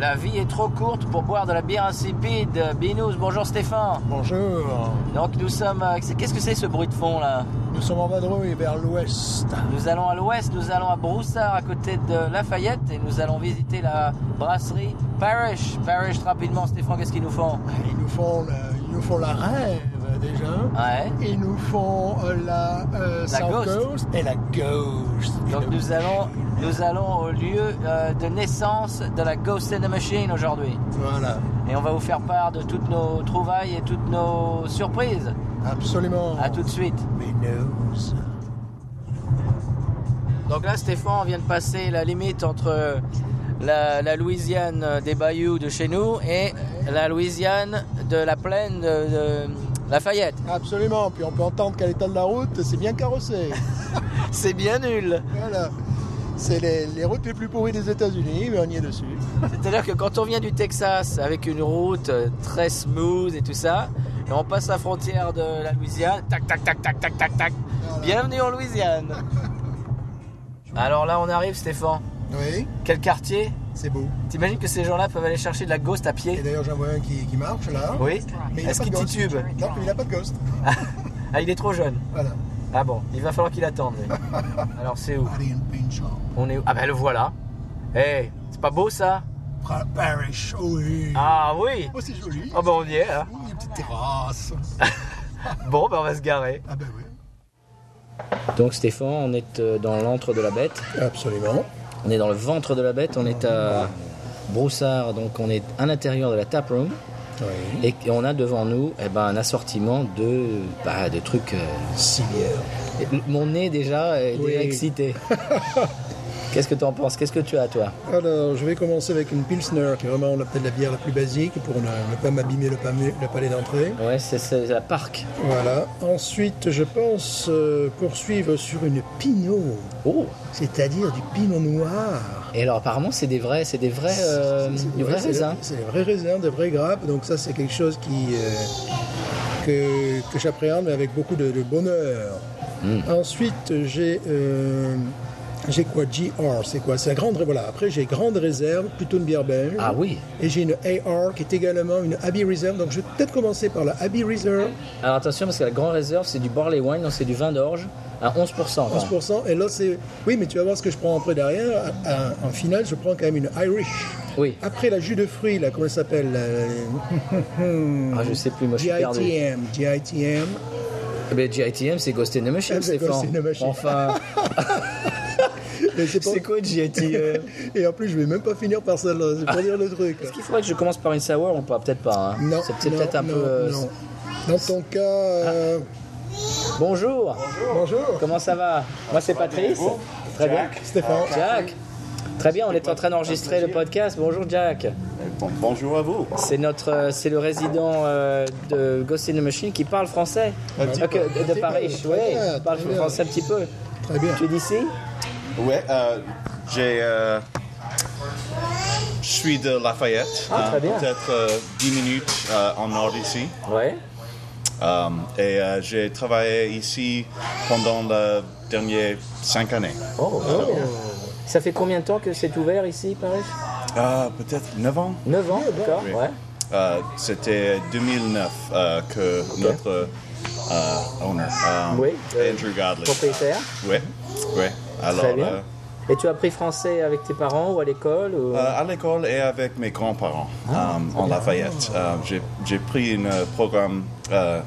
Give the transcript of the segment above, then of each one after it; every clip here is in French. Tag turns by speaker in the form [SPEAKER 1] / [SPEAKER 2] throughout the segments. [SPEAKER 1] La vie est trop courte pour boire de la bière insipide. Binous, bonjour Stéphane.
[SPEAKER 2] Bonjour,
[SPEAKER 1] Donc nous sommes... euh, c'est- Qu'est-ce que c'est ce bruit de fond là
[SPEAKER 2] nous sommes en vadrouille vers l'ouest.
[SPEAKER 1] Nous allons à l'ouest, nous allons à Broussard à côté de Lafayette et nous allons visiter la brasserie Parish. Parish rapidement Stéphane, qu'est-ce qu'ils nous font
[SPEAKER 2] Ils nous font, le- ils nous font la rêve déjà.
[SPEAKER 1] Ouais.
[SPEAKER 2] Ils nous font euh, la, euh, South
[SPEAKER 1] Ghost.
[SPEAKER 2] Coast et la Ghost.
[SPEAKER 1] Donc nous allons, nous allons au lieu euh, de naissance de la Ghost in the Machine aujourd'hui.
[SPEAKER 2] Voilà,
[SPEAKER 1] Et on va vous faire part de toutes nos trouvailles et toutes nos surprises.
[SPEAKER 2] absolument.
[SPEAKER 1] A tout de suite.
[SPEAKER 2] Binous.
[SPEAKER 1] Donc là, Stéphane, on vient de passer la limite entre euh, la, la Louisiane euh, des bayous de chez nous et la Louisiane de la plaine de, de Lafayette.
[SPEAKER 2] Absolument, puis on peut entendre qu'à l'état de la route, c'est bien carrossé.
[SPEAKER 1] C'est bien nul.
[SPEAKER 2] voilà. C'est les, les routes les plus pourries des États-Unis, mais on y est dessus.
[SPEAKER 1] C'est-à-dire que quand on vient du Texas avec une route euh, très smooth et tout ça, et on passe la frontière de la Louisiane, tac, tac, tac, tac, tac, tac, tac. Bienvenue en Louisiane. Alors là, on arrive, Stéphane.
[SPEAKER 2] Oui,
[SPEAKER 1] Quel quartier
[SPEAKER 2] c'est beau.
[SPEAKER 1] T'imagines que ces gens-là peuvent aller chercher de la ghost à
[SPEAKER 2] Et
[SPEAKER 1] pied
[SPEAKER 2] d'ailleurs, j'en vois un qui, qui marche là.
[SPEAKER 1] Oui.
[SPEAKER 2] Mais il a
[SPEAKER 1] Est-ce
[SPEAKER 2] pas de
[SPEAKER 1] qu'il
[SPEAKER 2] ghost.
[SPEAKER 1] titube
[SPEAKER 2] Non, mais il n'a pas de ghost.
[SPEAKER 1] Ah, il est trop jeune.
[SPEAKER 2] Voilà.
[SPEAKER 1] Ah bon, il va falloir qu'il attende. lui. Alors c'est où
[SPEAKER 3] Allez, une pinchon.
[SPEAKER 1] On est où Ah ben le voilà. Eh, c'est pas beau ça
[SPEAKER 3] Pra- Parish, oui.
[SPEAKER 1] Ah oui
[SPEAKER 2] Oh, c'est joli.
[SPEAKER 1] Ah ben on y est. hein.
[SPEAKER 3] Oui, une petite terrasse.
[SPEAKER 1] Bon, ben on va se garer.
[SPEAKER 3] Ah ben oui.
[SPEAKER 4] Donc Stéphane, on est euh, dans l'antre de la bête.
[SPEAKER 2] Absolument.
[SPEAKER 4] On est dans le ventre de la bête. On est à Broussard, donc on est à l'intérieur de la tap room.
[SPEAKER 2] Oui.
[SPEAKER 4] Et on a devant nous eh ben, un assortiment de, bah, de trucs. euh,
[SPEAKER 2] Civière.
[SPEAKER 4] Mon nez déjà est
[SPEAKER 2] Oui.
[SPEAKER 4] déjà excité. Qu'est-ce que tu en penses Qu'est-ce que tu as toi
[SPEAKER 2] Alors, je vais commencer avec une Pilsner, qui est vraiment la- peut-être la bière la plus basique pour ne, ne pas m'abîmer le, pamu- le palais d'entrée.
[SPEAKER 4] Ouais, c'est- c'est la parc.
[SPEAKER 2] Voilà. Ensuite, je pense euh, poursuivre sur une Pinot,
[SPEAKER 4] Oh
[SPEAKER 2] c'est-à-dire du Pinot Noir.
[SPEAKER 4] Et alors apparemment c'est des vrais, c'est des vrais, euh,
[SPEAKER 2] C'est- c'est-
[SPEAKER 4] des vrais
[SPEAKER 2] ouais, c'est-
[SPEAKER 4] raisins.
[SPEAKER 2] C'est des vrais raisins, des vrais grappes. Donc ça, c'est quelque chose qui euh, que, que j'appréhende mais avec beaucoup de, de bonheur.
[SPEAKER 4] Mm.
[SPEAKER 2] Ensuite, j'ai euh, j'ai quoi GR, c'est quoi C'est la grande voilà. Après, j'ai grande réserve, plutôt une bière belge.
[SPEAKER 4] Ah oui.
[SPEAKER 2] Et j'ai une AR qui est également une Abbey Reserve. Donc je vais peut-être commencer par la Abbey Reserve,
[SPEAKER 4] Alors attention parce que la grande réserve c'est du barley wine, donc c'est du vin d'orge à 11%. quand même.
[SPEAKER 2] 11%. Et l'autre, c'est. Oui, mais tu vas voir ce que je prends après derrière. À- à- en finale, je prends quand même une Irish.
[SPEAKER 4] Oui.
[SPEAKER 2] Après la jus de fruits, là, comment elle s'appelle la-
[SPEAKER 4] Ah, je sais plus, moi, je suis perdu. Eh ben,
[SPEAKER 2] GITM. GITM.
[SPEAKER 4] Mais GITM c'est Ghost in the Machine,
[SPEAKER 2] Ah, c'est
[SPEAKER 4] c'est
[SPEAKER 2] Ghost
[SPEAKER 4] fort.
[SPEAKER 2] in the Machine.
[SPEAKER 4] Enfin,
[SPEAKER 2] Mais c'est pour-
[SPEAKER 4] c'est quoi GITM
[SPEAKER 2] Et en plus, je vais même pas finir par ça, là. c'est pour dire le truc.
[SPEAKER 4] Est-ce qu'il faudrait que je commence par une sour ou pas Peut-être pas. hein.
[SPEAKER 2] Non.
[SPEAKER 4] C'est c'est
[SPEAKER 2] non,
[SPEAKER 4] peut-être un
[SPEAKER 2] non,
[SPEAKER 4] peu. euh,
[SPEAKER 2] non. Dans ton cas. euh,
[SPEAKER 4] Bonjour.
[SPEAKER 2] Bonjour.
[SPEAKER 4] Comment ça va Moi c'est Patrice. Très bien.
[SPEAKER 1] Ah,
[SPEAKER 2] Stéphane.
[SPEAKER 4] Jack Très bien, on est en train d'enregistrer le podcast. Bonjour Jack.
[SPEAKER 5] Bon, bonjour à vous.
[SPEAKER 4] C'est notre, euh, c'est le résident euh, de Ghost in the Machine qui parle français.
[SPEAKER 2] Un petit
[SPEAKER 4] Ok,
[SPEAKER 2] peu. Un
[SPEAKER 4] de,
[SPEAKER 2] petit
[SPEAKER 4] de
[SPEAKER 2] peu,
[SPEAKER 4] Paris.
[SPEAKER 2] très
[SPEAKER 4] Oui,
[SPEAKER 2] bien,
[SPEAKER 4] il parle
[SPEAKER 2] très bien.
[SPEAKER 4] français un petit peu.
[SPEAKER 2] Très bien.
[SPEAKER 4] Tu es d'ici
[SPEAKER 5] Ouais, euh, j'ai. euh, je suis de Lafayette,
[SPEAKER 4] Ah, très bien.
[SPEAKER 5] peut-être euh, 10 minutes euh, en nord d'ici.
[SPEAKER 4] Ouais.
[SPEAKER 5] Euh, et euh, j'ai travaillé ici pendant les dernières 5 années.
[SPEAKER 4] Oh, très bien. Ça fait combien de temps que c'est ouvert ici, Paris
[SPEAKER 5] Ah, peut-être 9 ans
[SPEAKER 4] 9 ans, d'accord.
[SPEAKER 5] Oui.
[SPEAKER 4] Ouais.
[SPEAKER 5] Euh, C'était 2009 euh, que notre euh, owner, euh,
[SPEAKER 4] Oui, euh,
[SPEAKER 5] Andrew Godley.
[SPEAKER 4] Propriétaire.
[SPEAKER 5] Ouais, ouais. Alors,
[SPEAKER 4] Très bien.
[SPEAKER 5] euh,
[SPEAKER 4] Et tu as appris français avec tes parents ou à l'école ou-
[SPEAKER 5] Euh, à l'école et avec mes grands-parents
[SPEAKER 4] Ah,
[SPEAKER 5] euh, en Lafayette. Euh, j'ai- J'ai pris un euh, programme euh,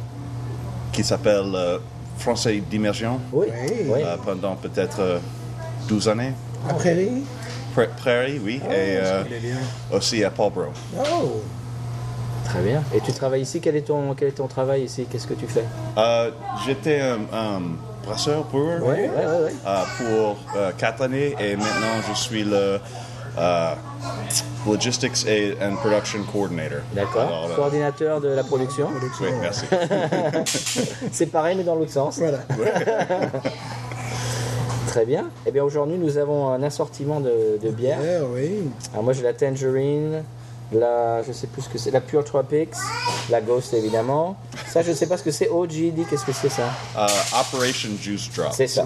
[SPEAKER 5] qui s'appelle euh, Français d'immersion
[SPEAKER 4] Oui.
[SPEAKER 2] Oui.
[SPEAKER 4] Oh, oui.
[SPEAKER 5] euh, pendant peut-être euh, 12 années.
[SPEAKER 2] La prairie.
[SPEAKER 5] Pra- Prairie, oui,
[SPEAKER 4] Oh,
[SPEAKER 5] et euh, aussi à Paulboro.
[SPEAKER 2] Oh.
[SPEAKER 4] Très bien. Et tu travailles ici Quel est ton, quel est ton travail ici Qu'est-ce que tu fais
[SPEAKER 5] Euh, J'étais un, un brasseur brewer
[SPEAKER 4] Ouais, ouais, ouais.
[SPEAKER 5] euh, pour 4 années et maintenant je suis le euh, Logistics Aid and Production Coordinator.
[SPEAKER 1] D'accord.
[SPEAKER 5] Alors, euh,
[SPEAKER 1] Coordinateur de la production.
[SPEAKER 5] oui, merci.
[SPEAKER 1] C'est pareil, mais dans l'autre sens.
[SPEAKER 2] Voilà.
[SPEAKER 1] Très bien. Eh bien, aujourd'hui, nous avons un assortiment de, de bières.
[SPEAKER 2] Eh oui.
[SPEAKER 1] Alors, moi, j'ai la Tangerine, la, je sais plus ce que c'est, la Pure Tropics, la Ghost, évidemment. Ça, je sais pas ce que c'est. OGD, qu'est-ce que c'est ça
[SPEAKER 5] Euh, Operation Juice Drop.
[SPEAKER 1] C'est ça.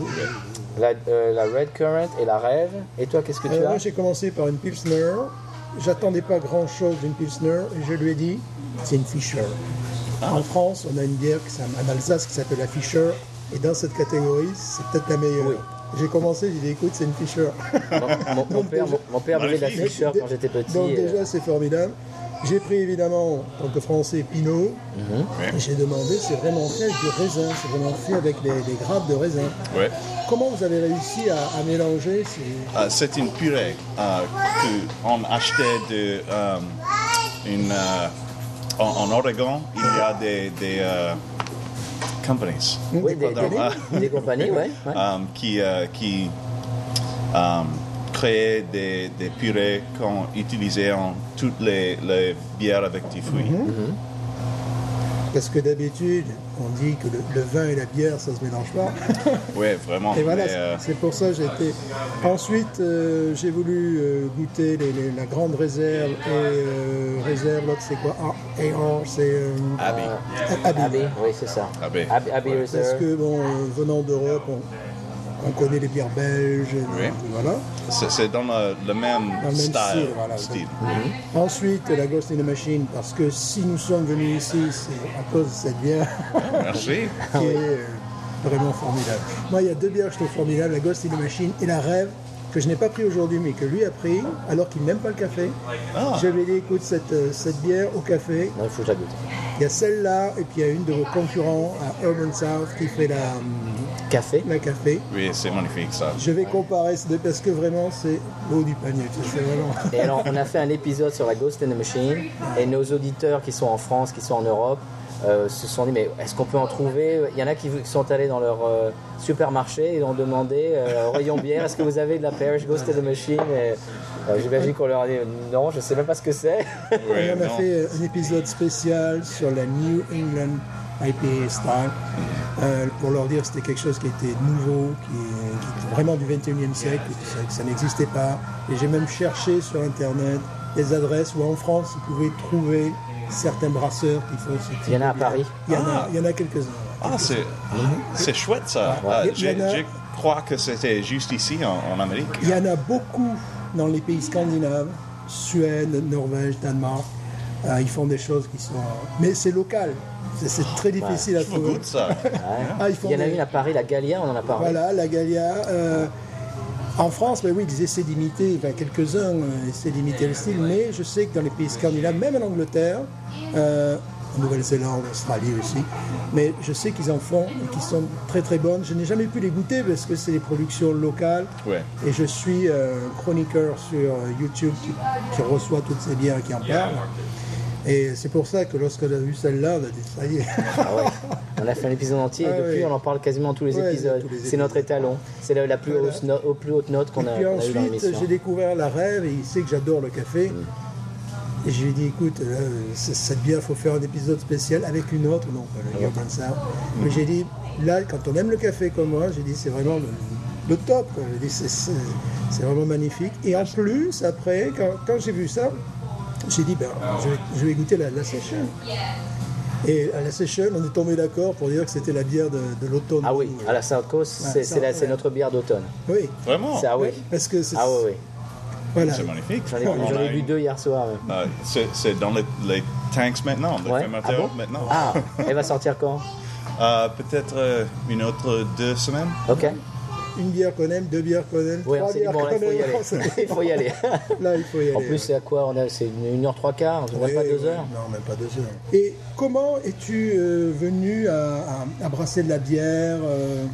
[SPEAKER 1] La, euh, la Red Current et la Rêve. Et toi, qu'est-ce que tu
[SPEAKER 2] Alors,
[SPEAKER 1] as
[SPEAKER 2] moi, Euh, j'ai commencé par une Pilsner. J'attendais pas grand-chose d'une Pilsner et je lui ai dit, c'est une Fischer.
[SPEAKER 4] Ah.
[SPEAKER 2] En France, on a une bière qui s'appelle- en Alsace qui s'appelle la Fischer. Et dans cette catégorie, c'est peut-être la meilleure.
[SPEAKER 1] Oui.
[SPEAKER 2] J'ai commencé, j'ai dit, écoute, c'est une Fischer.
[SPEAKER 1] Mon- mon, mon père, mon, mon père buvait de la
[SPEAKER 5] Magnifique.
[SPEAKER 1] Fischer quand j'étais petit.
[SPEAKER 2] Donc
[SPEAKER 1] euh,
[SPEAKER 2] déjà, c'est formidable. J'ai pris évidemment, en tant que Français, Pinot.
[SPEAKER 1] Mhm.
[SPEAKER 2] J'ai demandé, c'est vraiment fait avec du raisin, c'est vraiment fait avec des, des grappes de raisin.
[SPEAKER 5] Ouais.
[SPEAKER 2] Comment vous avez réussi à, à mélanger ces...
[SPEAKER 5] Euh, c'est une purée euh, qu'on achetait de, euh, une, euh, en, en Oregon. Il y a des, des euh, companies
[SPEAKER 1] oui, des,
[SPEAKER 5] pardon,
[SPEAKER 1] des-
[SPEAKER 5] ah.
[SPEAKER 1] des compagnies, ouais. ouais.
[SPEAKER 2] Ah.
[SPEAKER 5] euh, qui, euh, qui euh, créaient des, des purées qu'on utilisait en toutes les, les bières avec des fruits.
[SPEAKER 2] Mm-hmm. Parce que d'habitude, on dit que le, le vin et la bière, ça se mélange pas.
[SPEAKER 5] Oui, vraiment.
[SPEAKER 2] Et voilà,
[SPEAKER 5] mais, euh,
[SPEAKER 2] c'est pour ça que j'ai été. Ensuite, euh, j'ai voulu euh, goûter les- les- la grande réserve et euh, réserve, l'autre c'est quoi Ah, et or, c'est euh,
[SPEAKER 5] Abbey.
[SPEAKER 2] Abbey.
[SPEAKER 1] Abbey, oui, c'est ça.
[SPEAKER 5] Abbey.
[SPEAKER 1] Abbey, Abbey
[SPEAKER 5] Ouais.
[SPEAKER 2] Parce
[SPEAKER 1] Reserve.
[SPEAKER 2] que bon, euh, venant d'Europe, on, on connaît les bières belges. et-
[SPEAKER 5] Oui.
[SPEAKER 2] Voilà.
[SPEAKER 5] C'est c'est dans le, le même
[SPEAKER 2] Dans le même
[SPEAKER 5] style.
[SPEAKER 2] style, voilà.
[SPEAKER 5] style.
[SPEAKER 2] Ensuite, la Ghost in the Machine, parce que si nous sommes venus ici, c'est à cause de cette bière
[SPEAKER 5] Merci.
[SPEAKER 2] qui est euh, vraiment formidable. Moi, il y a deux bières que je trouve formidables, la Ghost in the Machine et la Rêve, que je n'ai pas pris aujourd'hui, mais que lui a pris, alors qu'il n'aime pas le café.
[SPEAKER 5] Ah.
[SPEAKER 2] Je lui ai dit, écoute, cette, euh, cette bière au café,
[SPEAKER 1] Non, il faut que je la goûte.
[SPEAKER 2] il y a celle-là, et puis il y a une de vos concurrents à Urban South qui fait la, euh,
[SPEAKER 1] Café.
[SPEAKER 2] la café.
[SPEAKER 5] Oui, c'est magnifique ça.
[SPEAKER 2] Je vais comparer ces deux parce que vraiment, c'est l'eau du panier. tu sais, C'est vraiment...
[SPEAKER 1] Et alors, on a fait un épisode sur la Ghost in the Machine, et nos auditeurs qui sont en France, qui sont en Europe, euh, se sont dit mais est-ce qu'on peut en trouver Il y en a qui sont allés dans leur euh, supermarché et ont demandé euh, au rayon bière est-ce que vous avez de la Parish Ghost in the Machine Et, euh, J'imagine qu'on leur a dit non, je sais même pas ce que c'est.
[SPEAKER 5] Ouais,
[SPEAKER 2] on a
[SPEAKER 5] non.
[SPEAKER 2] fait euh, un épisode spécial sur la New England IPA Style euh, pour leur dire que c'était quelque chose qui était nouveau, qui, qui était vraiment du 21e siècle, que ça- que ça n'existait pas. Et j'ai même cherché sur Internet des adresses où en France vous pouvez trouver certains brasseurs qui font ce type
[SPEAKER 1] Il y en a à
[SPEAKER 2] de bière.
[SPEAKER 1] Paris.
[SPEAKER 2] Il y en a, il y en a quelques-uns.
[SPEAKER 5] Ah, c'est c'est chouette ça. Ah,
[SPEAKER 2] Il y- il y
[SPEAKER 5] j'ai-
[SPEAKER 2] en a-
[SPEAKER 5] Je crois que c'était juste ici en, en Amérique.
[SPEAKER 2] Il y en a beaucoup dans les pays scandinaves, Suède, Norvège, Danemark. Euh, ils font des choses qui sont. Mais c'est local. C'est- C'est très difficile à
[SPEAKER 5] Je vous
[SPEAKER 2] trouver.
[SPEAKER 5] goûte ça.
[SPEAKER 2] Ah, ils font
[SPEAKER 1] Il y en a
[SPEAKER 2] des-
[SPEAKER 1] une à Paris, la Galia, on en a parlé.
[SPEAKER 2] Voilà, la Galia. euh, en France, ben oui, ils essaient d'imiter, enfin, quelques-uns euh, essaient d'imiter le style, mais je sais que dans les pays scandinaves, même en Angleterre, euh, en Nouvelle-Zélande, en Australie aussi, mais je sais qu'ils en font et qu'ils sont très très bonnes. Je n'ai jamais pu les goûter parce que c'est des productions locales.
[SPEAKER 5] Ouais.
[SPEAKER 2] Et je suis euh, chroniqueur sur euh, YouTube qui, qui reçoit toutes ces bières et qui en parle. Et c'est pour ça que lorsque j'ai vu celle-là, on a dit ça y est.
[SPEAKER 1] Ah ouais. On a fait un épisode entier
[SPEAKER 2] Ah
[SPEAKER 1] et depuis
[SPEAKER 2] oui.
[SPEAKER 1] on en parle quasiment tous les
[SPEAKER 2] Ouais,
[SPEAKER 1] épisodes.
[SPEAKER 2] tous les
[SPEAKER 1] C'est notre
[SPEAKER 2] épisodes.
[SPEAKER 1] étalon. C'est la, la plus,
[SPEAKER 2] Voilà.
[SPEAKER 1] hausse no- au plus haute note qu'on
[SPEAKER 2] Et
[SPEAKER 1] a,
[SPEAKER 2] puis
[SPEAKER 1] qu'on a eue dans
[SPEAKER 2] ensuite,
[SPEAKER 1] l'émission. Mm.
[SPEAKER 2] j'ai découvert la rêve et il sait que j'adore le café. Et je lui ai dit, écoute, là, euh, c- cette bière, il faut faire un épisode spécial avec une autre. Non, pas
[SPEAKER 1] Ah
[SPEAKER 2] le Jordan Sarr.
[SPEAKER 1] Mm.
[SPEAKER 2] Mais j'ai dit, là, quand on aime le café comme moi, j'ai dit, c'est vraiment le, le top. quoi. J'ai dit, c'est- c'est c'est vraiment magnifique. Et en plus, après, quand, quand j'ai vu ça, j'ai dit, ben, je, vais- je vais goûter la, la Seychelles. Et à la Seychelles, on est tombé d'accord pour dire que c'était la bière de, de l'automne.
[SPEAKER 1] Ah oui, à la South Coast,
[SPEAKER 2] Ouais,
[SPEAKER 1] c'est- c'est
[SPEAKER 2] ça,
[SPEAKER 1] la- c'est
[SPEAKER 2] ouais.
[SPEAKER 1] notre bière d'automne.
[SPEAKER 2] Oui,
[SPEAKER 5] Vraiment.
[SPEAKER 1] C'est- Ah oui.
[SPEAKER 2] parce que c'est...
[SPEAKER 1] Ah oui, oui.
[SPEAKER 2] Voilà.
[SPEAKER 5] C'est magnifique.
[SPEAKER 1] J'en ai,
[SPEAKER 5] On
[SPEAKER 1] j'en ai
[SPEAKER 5] a
[SPEAKER 1] bu
[SPEAKER 5] une-
[SPEAKER 1] deux hier soir. ouais.
[SPEAKER 5] euh, c'est c'est dans les, les tanks maintenant, les
[SPEAKER 1] Ouais. Ah
[SPEAKER 5] fermateurs
[SPEAKER 1] bon
[SPEAKER 5] maintenant.
[SPEAKER 1] Ah, elle va sortir quand
[SPEAKER 5] Euh, Peut-être euh, une autre deux semaines.
[SPEAKER 1] Ok.
[SPEAKER 2] Une bière qu'on aime, deux bières qu'on aime,
[SPEAKER 1] Oui, on
[SPEAKER 2] trois
[SPEAKER 1] s'est dit,
[SPEAKER 2] bières
[SPEAKER 1] bon,
[SPEAKER 2] qu'on
[SPEAKER 1] là, il faut y
[SPEAKER 2] aime.
[SPEAKER 1] aller. Il faut y aller.
[SPEAKER 2] Là, il faut y aller.
[SPEAKER 1] En plus, c'est à quoi on a- C'est une, une heure trois quarts, on
[SPEAKER 2] Oui,
[SPEAKER 1] même pas deux
[SPEAKER 2] oui.
[SPEAKER 1] heures.
[SPEAKER 2] Non, même pas deux heures. Et comment es-tu euh, venu à, à- à brasser de la bière euh,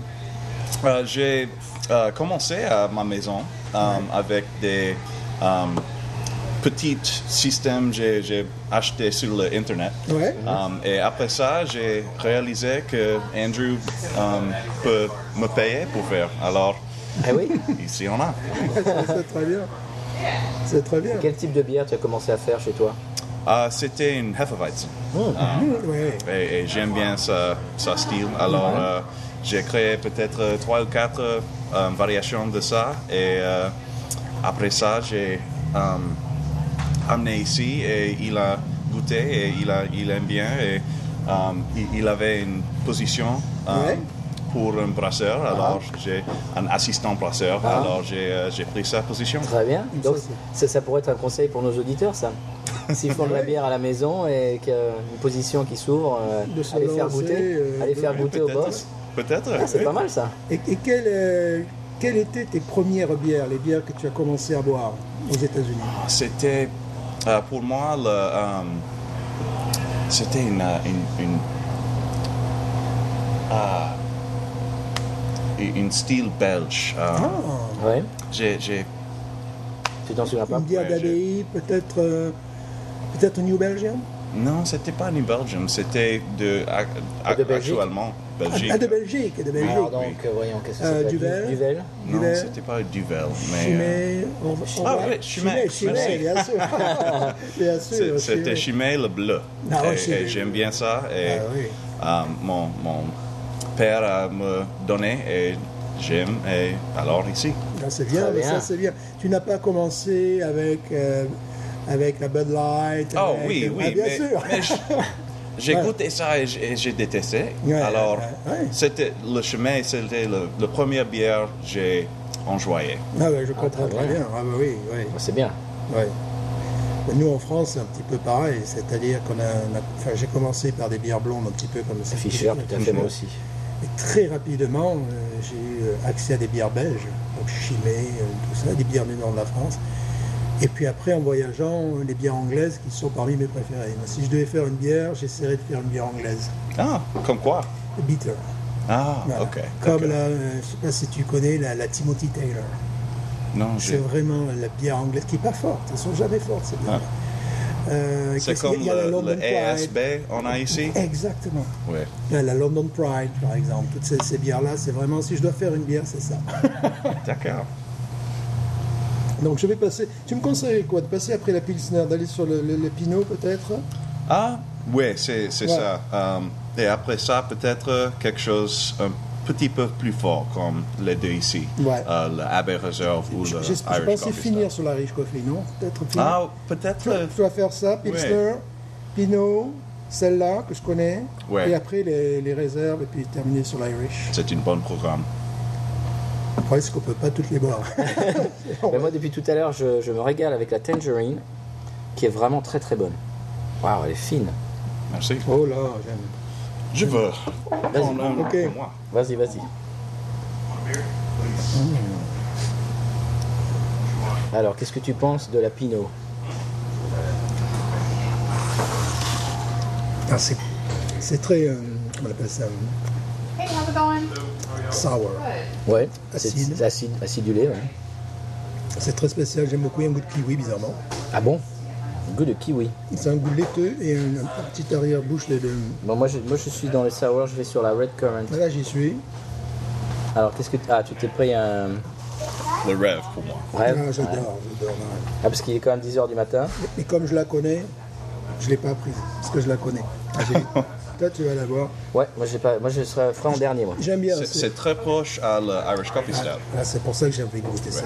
[SPEAKER 5] Euh, J'ai euh, commencé à ma maison euh, avec des euh, petits systèmes que j'ai achetés sur le internet.
[SPEAKER 2] Ouais.
[SPEAKER 5] Um, et après ça, j'ai réalisé que Andrew um, peut me payer pour faire. Alors,
[SPEAKER 1] Eh oui
[SPEAKER 5] ici on a.
[SPEAKER 2] C'est très bien. C'est très bien.
[SPEAKER 1] Quel type de bière tu as commencé à faire chez toi
[SPEAKER 5] Euh, C'était une Hefeweizen.
[SPEAKER 2] Ouais.
[SPEAKER 5] Et, et j'aime bien sa, sa style. Alors, euh, j'ai créé peut-être euh, trois ou quatre euh, euh, variations de ça. Et euh, après ça, j'ai euh, amené ici et il a goûté et il, a, il aime bien. Et euh, il, il avait une position euh,
[SPEAKER 2] Ouais.
[SPEAKER 5] pour un brasseur.
[SPEAKER 1] Ah.
[SPEAKER 5] Alors, j'ai un assistant brasseur. Alors, j'ai euh, j'ai pris sa position.
[SPEAKER 1] Très bien.
[SPEAKER 2] Une
[SPEAKER 1] Donc
[SPEAKER 2] sauce.
[SPEAKER 1] ça, ça pourrait être un conseil pour nos auditeurs, ça. S'ils font de la bière à la maison et qu'il y a une position qui s'ouvre, euh,
[SPEAKER 2] De se
[SPEAKER 1] allez faire
[SPEAKER 2] lancer,
[SPEAKER 1] goûter,
[SPEAKER 2] euh,
[SPEAKER 1] allez
[SPEAKER 2] de-
[SPEAKER 1] faire goûter au
[SPEAKER 5] Peut-être.
[SPEAKER 1] boss.
[SPEAKER 5] Peut-être.
[SPEAKER 1] Ah, c'est
[SPEAKER 5] oui.
[SPEAKER 1] pas mal ça.
[SPEAKER 2] Et, et quelle, euh, quelles étaient tes premières bières, les bières que tu as commencé à boire aux États-Unis
[SPEAKER 5] C'était euh, pour moi le, euh, c'était une, euh, une, une, ah, une- une style belge. euh,
[SPEAKER 2] Ah.
[SPEAKER 1] Ouais.
[SPEAKER 5] j'ai, j'ai-
[SPEAKER 1] Tu t'en souviens pas
[SPEAKER 2] Une bière
[SPEAKER 5] ouais,
[SPEAKER 2] d'abbaye, peut-être euh, peut-être New Belgium
[SPEAKER 5] non, c'était pas une Belgium, c'était de, ac-
[SPEAKER 1] De
[SPEAKER 5] ac-
[SPEAKER 1] Belgique?
[SPEAKER 5] actuellement Belgique.
[SPEAKER 2] Ah, de Belgique, de Belgique.
[SPEAKER 1] Alors donc, euh, voyons, qu'est-ce que
[SPEAKER 2] Euh,
[SPEAKER 1] ça s'appelle
[SPEAKER 2] Duvel.
[SPEAKER 1] Duvel.
[SPEAKER 5] Non,
[SPEAKER 2] Duvel.
[SPEAKER 5] c'était pas Duvel, mais euh,
[SPEAKER 2] Chimay, on, va- on
[SPEAKER 5] Ah
[SPEAKER 2] va-
[SPEAKER 5] ouais, Chimay,
[SPEAKER 2] Chimay,
[SPEAKER 5] merci.
[SPEAKER 2] bien sûr. bien sûr.
[SPEAKER 5] c'est- c'était
[SPEAKER 2] Chimay.
[SPEAKER 5] Chimay le bleu.
[SPEAKER 2] Ah ouais,
[SPEAKER 5] Et-
[SPEAKER 2] c'est-
[SPEAKER 5] et, j'aime bien ça.
[SPEAKER 2] Ah
[SPEAKER 5] Et,
[SPEAKER 2] oui.
[SPEAKER 5] Euh, mon, mon père a me donné et j'aime et alors ici.
[SPEAKER 2] Ah, c'est bien,
[SPEAKER 1] Très
[SPEAKER 2] mais
[SPEAKER 1] bien.
[SPEAKER 2] ça c'est bien. Tu n'as pas commencé avec, euh, avec la Bud Light.
[SPEAKER 5] Oh
[SPEAKER 2] avec-
[SPEAKER 5] oui,
[SPEAKER 2] Ah,
[SPEAKER 5] oui,
[SPEAKER 2] bien
[SPEAKER 5] mais-
[SPEAKER 2] sûr.
[SPEAKER 5] mais je- j'ai goûté ça et j'ai et j'ai détesté.
[SPEAKER 2] Ouais,
[SPEAKER 5] alors
[SPEAKER 2] ouais, ouais.
[SPEAKER 5] c'était le chemin, c'était le, la première bière que j'ai enjoyée.
[SPEAKER 2] Ah ouais, je comprends
[SPEAKER 1] Ah,
[SPEAKER 2] très
[SPEAKER 1] ouais.
[SPEAKER 2] bien. Ah bah oui, oui.
[SPEAKER 1] C'est bien.
[SPEAKER 2] Ouais. Mais Nous en France, c'est un petit peu pareil, c'est-à-dire qu'on a, on a- enfin, j'ai commencé par des bières blondes un petit peu comme ça.
[SPEAKER 1] Fischer, tout à fait, moi aussi.
[SPEAKER 2] Et très rapidement, euh, j'ai eu euh, accès à des bières belges, donc Chimay, euh, tout ça, des bières du nord de la France. Et puis après, en voyageant, euh, les bières anglaises qui sont parmi mes préférées. Moi, si je devais faire une bière, j'essaierais de faire une bière anglaise,
[SPEAKER 5] Ah, comme quoi
[SPEAKER 2] le bitter.
[SPEAKER 5] Ah,
[SPEAKER 2] Voilà.
[SPEAKER 5] ok.
[SPEAKER 2] Comme
[SPEAKER 5] d'accord.
[SPEAKER 2] la, euh, je sais pas si tu connais la, la Timothy Taylor.
[SPEAKER 5] Non,
[SPEAKER 2] C'est
[SPEAKER 5] j'ai-
[SPEAKER 2] vraiment la bière anglaise qui n'est pas forte. Elles sont jamais fortes ces bières. Euh,
[SPEAKER 5] Ah. c'est
[SPEAKER 2] qu'est-ce qu'il y a
[SPEAKER 5] comme
[SPEAKER 2] Il y a la hein.
[SPEAKER 5] le,
[SPEAKER 2] London
[SPEAKER 5] le
[SPEAKER 2] Pride.
[SPEAKER 5] ASB on a ici.
[SPEAKER 2] Eh. Exactement.
[SPEAKER 5] Oui.
[SPEAKER 2] Il y a la London Pride, par exemple. Toutes ces, ces bières-là, c'est vraiment, si je dois faire une bière, c'est ça.
[SPEAKER 5] D'accord.
[SPEAKER 2] Donc je vais passer. Tu me conseillerais quoi De passer après la Pilsner, d'aller sur le, le- le Pinot peut-être
[SPEAKER 5] Ah, oui, c'est c'est
[SPEAKER 2] Ouais.
[SPEAKER 5] ça. Euh, et après ça, peut-être euh, quelque chose un petit peu plus fort, comme les deux ici.
[SPEAKER 2] Ouais.
[SPEAKER 5] Euh, le Abbey Reserve ou
[SPEAKER 2] Je,
[SPEAKER 5] le
[SPEAKER 2] je- je
[SPEAKER 5] Irish
[SPEAKER 2] pensais
[SPEAKER 5] Coffee
[SPEAKER 2] finir sur la Rich Coffee, non Peut-être
[SPEAKER 5] Stout.
[SPEAKER 2] finir.
[SPEAKER 5] Ah, peut-être.
[SPEAKER 2] tu, vas-
[SPEAKER 5] euh,
[SPEAKER 2] tu vas faire ça, Pilsner, Pinot, celle-là que je connais,
[SPEAKER 5] Ouais.
[SPEAKER 2] et après les, les réserves, et puis terminer sur l'Irish.
[SPEAKER 5] C'est un bon programme.
[SPEAKER 2] Après, est-ce qu'on peut pas toutes les boire
[SPEAKER 1] Mais moi, depuis tout à l'heure, je, je me régale avec la tangerine, qui est vraiment très très bonne. Waouh, elle est fine.
[SPEAKER 5] Merci.
[SPEAKER 2] Oh là, j'aime.
[SPEAKER 5] Je veux. prendre un
[SPEAKER 2] ok.
[SPEAKER 5] pour moi.
[SPEAKER 1] Vas-y, vas-y. Alors, qu'est-ce que tu penses de la Pinot
[SPEAKER 2] Ah, c'est- c'est très. euh, comment on appelle ça euh,
[SPEAKER 6] Hey, how's it going?
[SPEAKER 2] Sour.
[SPEAKER 1] Ouais,
[SPEAKER 2] Acide.
[SPEAKER 1] c'est acide, acidulé. ouais.
[SPEAKER 2] C'est très spécial, j'aime beaucoup. Il y a un goût de kiwi, bizarrement.
[SPEAKER 1] Ah bon Goût de kiwi.
[SPEAKER 2] C'est un goût laiteux et une, petite arrière-bouche. de- de-
[SPEAKER 1] Bon, moi je, moi je suis dans les sour, je vais sur la red currant.
[SPEAKER 2] Là, j'y suis.
[SPEAKER 1] Alors, qu'est-ce que. Ah, tu t'es pris un.
[SPEAKER 5] Le rêve pour moi.
[SPEAKER 1] Bref.
[SPEAKER 2] Ah, j'adore, j'adore. ouais.
[SPEAKER 1] Ah, parce qu'il est quand même 10h du matin.
[SPEAKER 2] Et comme je la connais, je ne l'ai pas prise, parce que je la connais. Ah, J'ai dit, Toi, tu vas la voir.
[SPEAKER 1] Ouais, moi, j'ai pas, moi je serai frais en dernier, moi.
[SPEAKER 2] J'aime bien.
[SPEAKER 5] C'est-
[SPEAKER 2] C'est
[SPEAKER 5] C'est très proche à l'Irish Coffee Stout.
[SPEAKER 2] Ah, c'est pour ça que j'ai envie de goûter ça.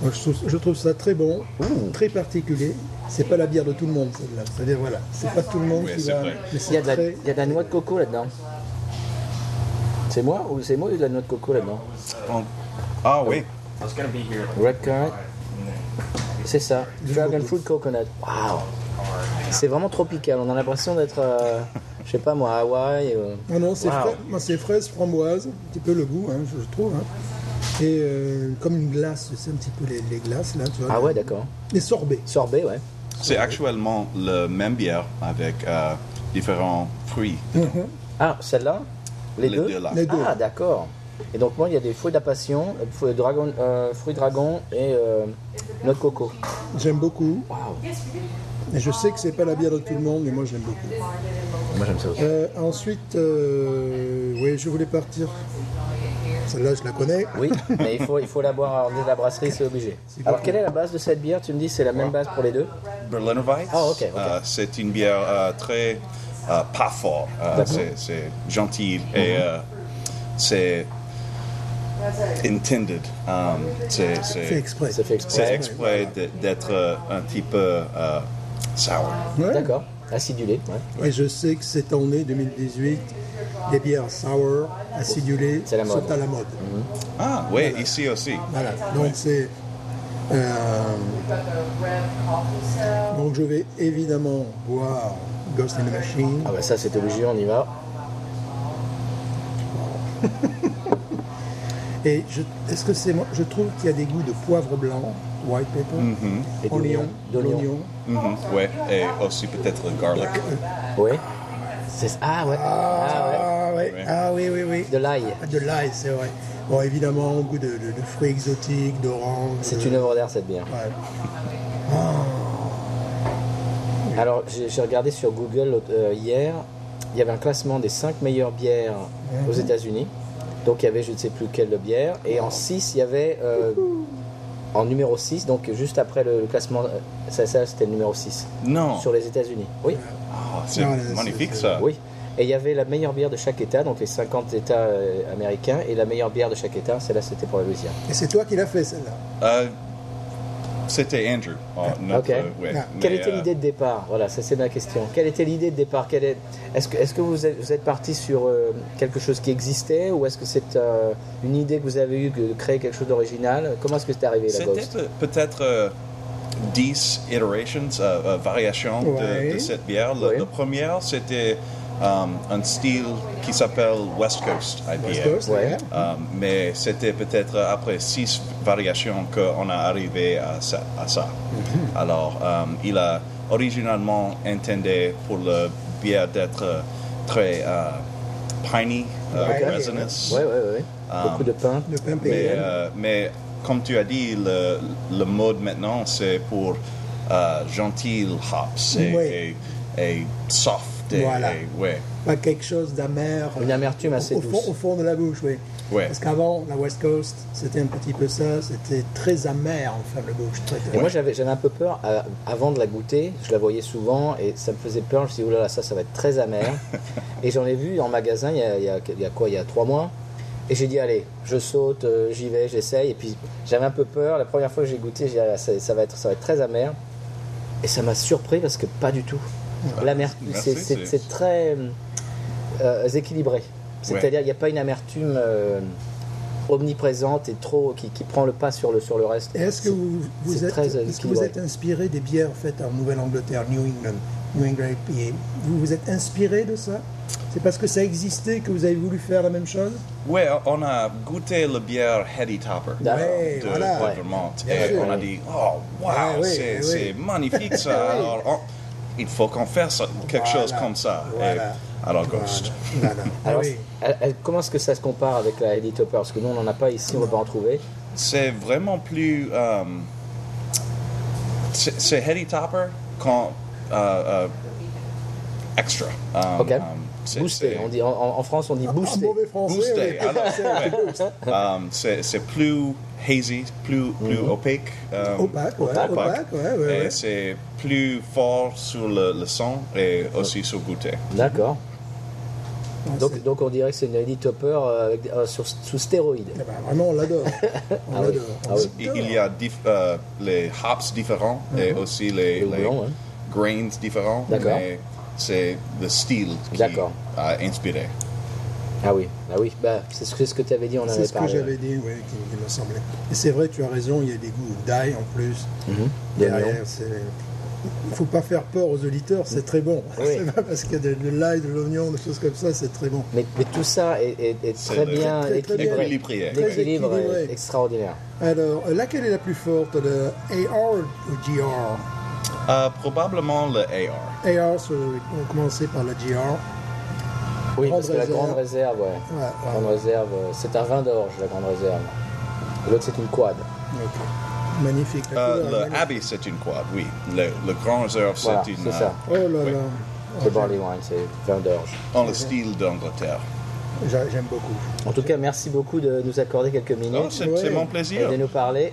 [SPEAKER 2] Moi, je, trouve, je trouve ça très bon, très particulier. C'est pas la bière de tout le monde, celle-là. C'est-à-dire, voilà, c'est pas tout le monde
[SPEAKER 5] Oui,
[SPEAKER 2] qui
[SPEAKER 5] c'est
[SPEAKER 2] va...
[SPEAKER 5] vrai.
[SPEAKER 2] mais
[SPEAKER 1] Il y, a
[SPEAKER 2] c'est
[SPEAKER 1] de la,
[SPEAKER 2] très...
[SPEAKER 1] il y a de la noix de coco là-dedans. C'est moi ou c'est moi ou de la noix de coco là-dedans
[SPEAKER 5] Bon. Ah oui.
[SPEAKER 1] Red currant. C'est ça. Dragon fruit coconut. Waouh. C'est vraiment tropical. On a l'impression d'être, euh, je sais pas moi, à Hawaï. euh.
[SPEAKER 2] Ah non, c'est
[SPEAKER 1] Wow.
[SPEAKER 2] fra- moi, c'est fraise, framboise, un petit peu le goût, hein, je, je trouve. hein. Et euh, comme une glace, tu sais, un petit peu les, les glaces, là, tu vois.
[SPEAKER 1] Ah ouais, d'accord.
[SPEAKER 2] Les sorbets.
[SPEAKER 1] Sorbet, ouais.
[SPEAKER 5] C'est actuellement la même bière avec euh, différents fruits.
[SPEAKER 1] Ah, celle-là Les,
[SPEAKER 5] Les
[SPEAKER 1] deux,
[SPEAKER 5] deux, là.
[SPEAKER 2] Les deux.
[SPEAKER 1] Ah, d'accord. Et donc, moi, il y a des fruits de la passion, euh, fruits dragon, euh, fruits dragon et euh, noix de coco.
[SPEAKER 2] J'aime beaucoup.
[SPEAKER 1] Waouh.
[SPEAKER 2] Et je sais que c'est pas la bière de tout le monde, mais moi, j'aime beaucoup.
[SPEAKER 1] Moi, j'aime ça aussi.
[SPEAKER 2] Euh, ensuite, euh, oui, je voulais partir. Celle-là, je la connais.
[SPEAKER 1] Oui, mais il faut, il faut la boire en de la brasserie, c'est obligé. Alors, quelle est la base de cette bière Tu me dis, c'est la même base pour les deux
[SPEAKER 5] Berliner Weiss.
[SPEAKER 1] Ah, ok, ok.
[SPEAKER 5] Euh, c'est une bière euh, très euh, pas fort.
[SPEAKER 1] D'accord.
[SPEAKER 5] Euh,
[SPEAKER 1] Mhm.
[SPEAKER 5] c'est, c'est gentil et euh, c'est intended. Euh, c'est, c'est-
[SPEAKER 2] Fait exprès.
[SPEAKER 1] C'est fait
[SPEAKER 5] c'est
[SPEAKER 1] exprès.
[SPEAKER 5] exprès de- d'être euh, un petit peu euh, sour.
[SPEAKER 2] Ouais.
[SPEAKER 1] D'accord, acidulé. ouais.
[SPEAKER 2] Et je sais que cette année 2018, les bières sour, acidulées,
[SPEAKER 1] C'est la mode. Mhm.
[SPEAKER 2] sont à la mode.
[SPEAKER 5] Ah oui, ici aussi.
[SPEAKER 2] Voilà. Donc c'est. euh, donc je vais évidemment boire Ghost in the Machine.
[SPEAKER 1] Ah, bah ça, c'est obligé, on y va.
[SPEAKER 2] Et je, est-ce que c'est moi Je trouve qu'il y a des goûts de poivre blanc, white pepper,
[SPEAKER 1] Mhm. Et
[SPEAKER 2] oignon, de
[SPEAKER 1] d'oignon.
[SPEAKER 2] l'oignon.
[SPEAKER 5] Mhm, ouais, et aussi peut-être garlic.
[SPEAKER 1] Oui. C'est- Ah, ouais. Ah,
[SPEAKER 2] Ah, ouais. ah oui, oui, oui.
[SPEAKER 1] ouais. De l'ail.
[SPEAKER 2] De l'ail, c'est vrai. Bon, évidemment, goût de, de- de fruits exotiques, d'orange.
[SPEAKER 1] C'est une œuvre d'art, cette bière.
[SPEAKER 2] Ouais.
[SPEAKER 1] Alors, j'ai j'ai regardé sur Google l'autre- euh, hier, il y avait un classement des 5 meilleures bières aux États-Unis. Donc, il y avait je ne sais plus quelle bière. Et en 6, il y avait. euh, en numéro 6, donc juste après le, le classement. euh, Ça, ça c'était le numéro 6.
[SPEAKER 5] Non,
[SPEAKER 1] Sur les États-Unis. Oui,
[SPEAKER 5] Ah, c'est
[SPEAKER 2] Non, c'est-
[SPEAKER 5] magnifique
[SPEAKER 2] c'est-
[SPEAKER 5] ça.
[SPEAKER 1] oui. Et il y avait la meilleure bière de chaque État, donc les 50 États euh, américains, et la meilleure bière de chaque État, celle-là c'était pour la Louisiane.
[SPEAKER 2] Et c'est toi qui l'as fait celle-là.
[SPEAKER 5] Euh, c'était Andrew. Oh, notre-
[SPEAKER 1] Ok.
[SPEAKER 5] ouais,
[SPEAKER 2] Ah.
[SPEAKER 5] mais,
[SPEAKER 1] Quelle était
[SPEAKER 5] euh,
[SPEAKER 1] l'idée de départ Voilà, ça c'est ma question. Quelle était l'idée de départ Quelle est... Est-ce que, est-ce que vous êtes, vous êtes parti sur euh, quelque chose qui existait ou est-ce que c'est euh, une idée que vous avez eue que de créer quelque chose d'original Comment est-ce que c'est arrivé la Ghost
[SPEAKER 5] C'était peut-être euh, 10 iterations, euh, euh, variations de- de,
[SPEAKER 2] Ouais.
[SPEAKER 5] cette bière. La,
[SPEAKER 1] Ouais.
[SPEAKER 5] la première, c'était euh, un style qui s'appelle West Coast IPA.
[SPEAKER 2] West Coast,
[SPEAKER 1] Ouais.
[SPEAKER 2] hein.
[SPEAKER 5] Euh, mais c'était peut-être après 6 variations qu'on a arrivé à ça. à ça.
[SPEAKER 2] Mhm.
[SPEAKER 5] Alors, euh, il a originalement intenté pour le bière d'être très euh, piney, euh,
[SPEAKER 2] Ouais.
[SPEAKER 5] resinous.
[SPEAKER 1] Ouais, ouais, ouais. Beaucoup de pain.
[SPEAKER 2] Le pain
[SPEAKER 5] Ah. Mais,
[SPEAKER 2] PLM.
[SPEAKER 5] euh, mais comme tu as dit, le, le mode maintenant, c'est pour euh, gentil hops et,
[SPEAKER 2] Oui.
[SPEAKER 5] et- et soft. Et,
[SPEAKER 2] Voilà.
[SPEAKER 5] et- ouais.
[SPEAKER 2] Pas quelque chose d'amer.
[SPEAKER 1] Une amertume
[SPEAKER 2] au-
[SPEAKER 1] assez
[SPEAKER 2] au, fond,
[SPEAKER 1] douce.
[SPEAKER 2] au fond de la bouche, oui.
[SPEAKER 5] Ouais.
[SPEAKER 2] Parce qu'avant, la West Coast, c'était un petit peu ça. C'était très amer en fin de bouche. Très,
[SPEAKER 1] Et moi j'avais, j'avais un peu peur euh, avant de la goûter, je la voyais souvent et ça me faisait peur, je me suis dit oulala ça ça va être très amer. et j'en ai vu en magasin il y a, il y a- il y a quoi, il y a trois mois. Et j'ai dit allez, je saute, euh, j'y vais, j'essaye. Et puis j'avais un peu peur, la première fois que j'ai goûté, j'ai dit Ah là, ça, ça va être, ça va être très amer. Et ça m'a surpris parce que pas du tout. L'amertume,
[SPEAKER 5] Merci,
[SPEAKER 1] c'est, c'est-
[SPEAKER 5] c'est-
[SPEAKER 1] c'est très euh, euh, équilibré. C'est-à-dire il n'y a pas une amertume euh, omniprésente et trop qui, qui prend le pas sur le, sur le reste.
[SPEAKER 2] Est-ce que vous, vous
[SPEAKER 1] c'est
[SPEAKER 2] êtes,
[SPEAKER 1] très
[SPEAKER 2] est-ce que vous
[SPEAKER 1] équilibré.
[SPEAKER 2] êtes inspiré des bières faites en Nouvelle-Angleterre, New England, New England IPA Vous vous êtes inspiré de ça C'est parce que ça existait que vous avez voulu faire la même chose
[SPEAKER 5] Ouais, on a goûté la bière Heady Topper de,
[SPEAKER 1] D'accord.
[SPEAKER 2] Ouais,
[SPEAKER 5] de
[SPEAKER 2] voilà.
[SPEAKER 5] Vermont
[SPEAKER 2] Bien
[SPEAKER 5] et
[SPEAKER 2] sûr.
[SPEAKER 5] on a dit, oh wow,
[SPEAKER 2] Ouais, oui,
[SPEAKER 5] c'est,
[SPEAKER 2] oui.
[SPEAKER 5] c'est magnifique ça. Alors, on- il faut qu'on fasse quelque chose
[SPEAKER 2] Voilà.
[SPEAKER 5] comme ça. Et
[SPEAKER 2] Voilà.
[SPEAKER 5] alors, Ghost.
[SPEAKER 2] Voilà. Voilà.
[SPEAKER 1] Ah Alors,
[SPEAKER 2] oui.
[SPEAKER 1] elle- elle- comment est-ce que ça se compare avec la Heady Topper Parce que nous, on n'en a pas ici, on ne va pas en trouver.
[SPEAKER 5] c'est vraiment plus. euh, c'est c'est Heady Topper quand. euh, euh, extra. Euh,
[SPEAKER 1] Ok.
[SPEAKER 5] euh, c'est-
[SPEAKER 1] Boosté.
[SPEAKER 5] c'est-
[SPEAKER 1] On dit, en, en France, on dit
[SPEAKER 2] En
[SPEAKER 1] boosté.
[SPEAKER 2] mauvais français,
[SPEAKER 5] Boosté.
[SPEAKER 2] oui.
[SPEAKER 5] alors, ouais.
[SPEAKER 2] hein.
[SPEAKER 5] Euh, c'est c'est plus hazy, plus, plus opaque. euh,
[SPEAKER 2] Mm-hmm. Opaque, ouais, opaque, ouais, ouais,
[SPEAKER 5] Et
[SPEAKER 2] ouais.
[SPEAKER 5] c'est plus fort sur le, le son et aussi sur le goûter.
[SPEAKER 1] D'accord.
[SPEAKER 2] Non, c'est-
[SPEAKER 1] Donc, donc, on dirait que c'est une Heady Topper euh, avec- euh, sur- sous stéroïde.
[SPEAKER 2] Ah bah, vraiment, on l'adore. On
[SPEAKER 1] Ah oui.
[SPEAKER 2] l'adore.
[SPEAKER 1] Ah oui. Mm-hmm.
[SPEAKER 5] Il il y a diff- euh, les hops différents et aussi
[SPEAKER 1] Les
[SPEAKER 5] les, les
[SPEAKER 1] houblons, hein.
[SPEAKER 5] grains différents.
[SPEAKER 1] D'accord.
[SPEAKER 5] mais C'est le style qui
[SPEAKER 1] D'accord.
[SPEAKER 5] a inspiré.
[SPEAKER 1] Ah oui, ah oui. Bah, c'est ce que, ce que tu avais dit, on en
[SPEAKER 2] C'est
[SPEAKER 1] avait
[SPEAKER 2] ce que
[SPEAKER 1] parlé.
[SPEAKER 2] j'avais dit, oui, qui, qui me semblait. Et c'est vrai, tu as raison, il y a des goûts d'ail en plus. Derrière, c'est. Il ne faut pas faire peur aux auditeurs, c'est très bon.
[SPEAKER 1] Oui.
[SPEAKER 2] C'est pas parce qu'il y a de, de l'ail, de l'oignon, des choses comme ça, c'est très bon.
[SPEAKER 1] Mais, mais tout ça est, est- est
[SPEAKER 5] C'est
[SPEAKER 1] très
[SPEAKER 5] le-
[SPEAKER 1] bien
[SPEAKER 2] Très, très bien.
[SPEAKER 1] équilibré.
[SPEAKER 5] Équilibré.
[SPEAKER 2] Très
[SPEAKER 1] L'équilibre
[SPEAKER 2] équilibré.
[SPEAKER 1] est extraordinaire.
[SPEAKER 2] Alors, euh, laquelle est la plus forte, le AR ou GR
[SPEAKER 5] Euh, probablement le AR.
[SPEAKER 2] AR, sur- on commençait par la GR.
[SPEAKER 1] Oui,
[SPEAKER 2] Grande
[SPEAKER 1] parce que la
[SPEAKER 2] réserve.
[SPEAKER 1] grande réserve, ouais.
[SPEAKER 2] ouais.
[SPEAKER 1] Grande réserve, euh, c'est un vin d'orge, la grande réserve. Et L'autre, c'est une quad.
[SPEAKER 2] Ok. Magnifique. la
[SPEAKER 5] Euh,
[SPEAKER 2] couleur est
[SPEAKER 5] le
[SPEAKER 2] magnifique.
[SPEAKER 5] Abbey, c'est une quad, oui. Le, le Grand Reserve, c'est
[SPEAKER 1] Voilà,
[SPEAKER 5] une.
[SPEAKER 1] c'est ça.
[SPEAKER 5] euh,
[SPEAKER 2] Oh là
[SPEAKER 5] oui.
[SPEAKER 2] là.
[SPEAKER 1] Le barley wine, c'est vin d'orge.
[SPEAKER 5] Dans le style d'Angleterre.
[SPEAKER 2] J'a- J'aime beaucoup.
[SPEAKER 1] En tout cas, merci beaucoup de nous accorder quelques minutes.
[SPEAKER 5] Oh, c'est
[SPEAKER 2] Ouais.
[SPEAKER 5] c'est mon
[SPEAKER 1] et
[SPEAKER 5] plaisir.
[SPEAKER 1] de nous parler.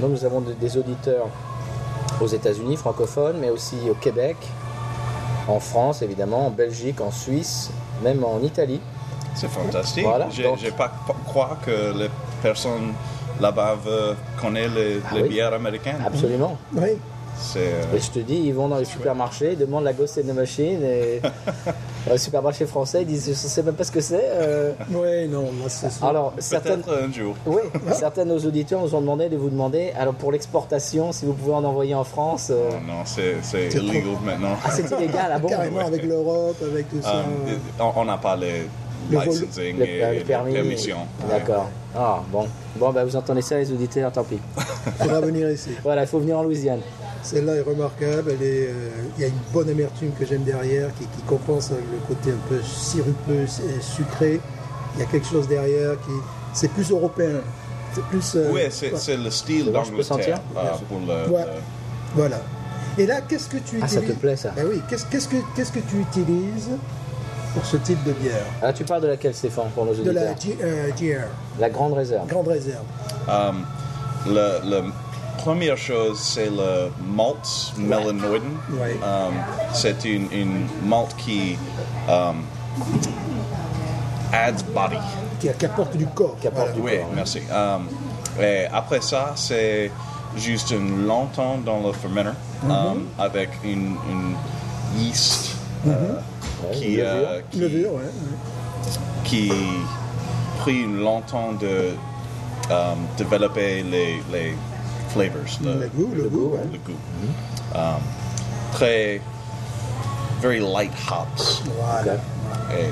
[SPEAKER 1] Donc nous avons de- des auditeurs aux États-Unis francophones, mais aussi au Québec, en France évidemment, en Belgique, en Suisse, même en Italie.
[SPEAKER 5] Mhm. C'est fantastique.
[SPEAKER 1] Voilà,
[SPEAKER 5] J'ai
[SPEAKER 1] donc-
[SPEAKER 5] j'ai pas pas- croire que les personnes là-bas veulent connaître les,
[SPEAKER 1] Ah
[SPEAKER 5] les
[SPEAKER 1] oui.
[SPEAKER 5] bières américaines.
[SPEAKER 1] Absolument.
[SPEAKER 2] Oui,
[SPEAKER 5] C'est euh,
[SPEAKER 1] Et je te dis, ils vont dans les supermarchés, ils demandent la Ghost in the Machine, et dans les supermarchés français, ils disent, je sais même pas ce que c'est. euh.
[SPEAKER 2] oui, non, moi, c'est ça.
[SPEAKER 1] Alors, certaines...
[SPEAKER 5] peut-être un jour.
[SPEAKER 1] Oui, certains de nos auditeurs nous ont demandé de vous demander, alors pour l'exportation, si vous pouvez en envoyer en France. euh.
[SPEAKER 5] Oh non, c'est c'est
[SPEAKER 2] C'est trop-
[SPEAKER 5] illégal maintenant.
[SPEAKER 1] Ah, c'est illégal, ah bon
[SPEAKER 2] Carrément avec l'Europe, avec tout ça. euh,
[SPEAKER 5] Um, on on n'a pas les
[SPEAKER 2] Le vol-
[SPEAKER 5] licensing
[SPEAKER 1] Le,
[SPEAKER 5] et
[SPEAKER 1] le
[SPEAKER 5] les
[SPEAKER 1] permis.
[SPEAKER 5] permissions.
[SPEAKER 1] D'accord. Ah, bon. Bon, bah, vous entendez ça, les auditeurs, tant pis.
[SPEAKER 2] Il faudra venir ici.
[SPEAKER 1] Voilà, il faut venir en Louisiane.
[SPEAKER 2] Celle-là est remarquable, elle est, euh, il y a une bonne amertume que j'aime derrière qui, qui compense avec le côté un peu sirupeux et sucré. Il y a quelque chose derrière qui. C'est plus européen. C'est plus. euh,
[SPEAKER 5] Oui, c'est c'est le style
[SPEAKER 1] C'est bon, je peux
[SPEAKER 5] d'Angleterre
[SPEAKER 1] sentir
[SPEAKER 5] euh, pour le,
[SPEAKER 2] Ouais.
[SPEAKER 5] le-
[SPEAKER 2] Voilà. Et là, qu'est-ce que tu
[SPEAKER 1] Ah,
[SPEAKER 2] utilises
[SPEAKER 1] ça te plaît, ça
[SPEAKER 2] Ben oui, qu'est-ce qu'est-ce que, qu'est-ce que tu utilises pour ce type de bière
[SPEAKER 1] Ah, tu parles de laquelle, Stéphane, pour nos
[SPEAKER 2] De
[SPEAKER 1] auditeurs
[SPEAKER 2] la G- euh, GR,
[SPEAKER 1] La Grande Réserve.
[SPEAKER 2] Grande Réserve.
[SPEAKER 5] Um, le- le première chose, c'est le malt melanoidin.
[SPEAKER 2] Ouais.
[SPEAKER 5] Um, c'est une, une malt qui um, adds body.
[SPEAKER 2] Qui, qui apporte du corps.
[SPEAKER 1] Qui apporte du-
[SPEAKER 5] Oui, merci. Um, et après ça, c'est juste un long temps dans le fermenter
[SPEAKER 2] Mhm.
[SPEAKER 5] um, avec une, une yeast euh, qui,
[SPEAKER 1] une
[SPEAKER 5] euh,
[SPEAKER 1] levure.
[SPEAKER 5] qui-
[SPEAKER 2] Mhm. Levure, ouais.
[SPEAKER 5] qui pris longtemps de euh, développer les, les flavors, le,
[SPEAKER 1] Euh,
[SPEAKER 2] Le goût, le, goût, ouais.
[SPEAKER 5] le goût. Um, très, very light hops.
[SPEAKER 2] Voilà.
[SPEAKER 1] Ok.
[SPEAKER 5] Et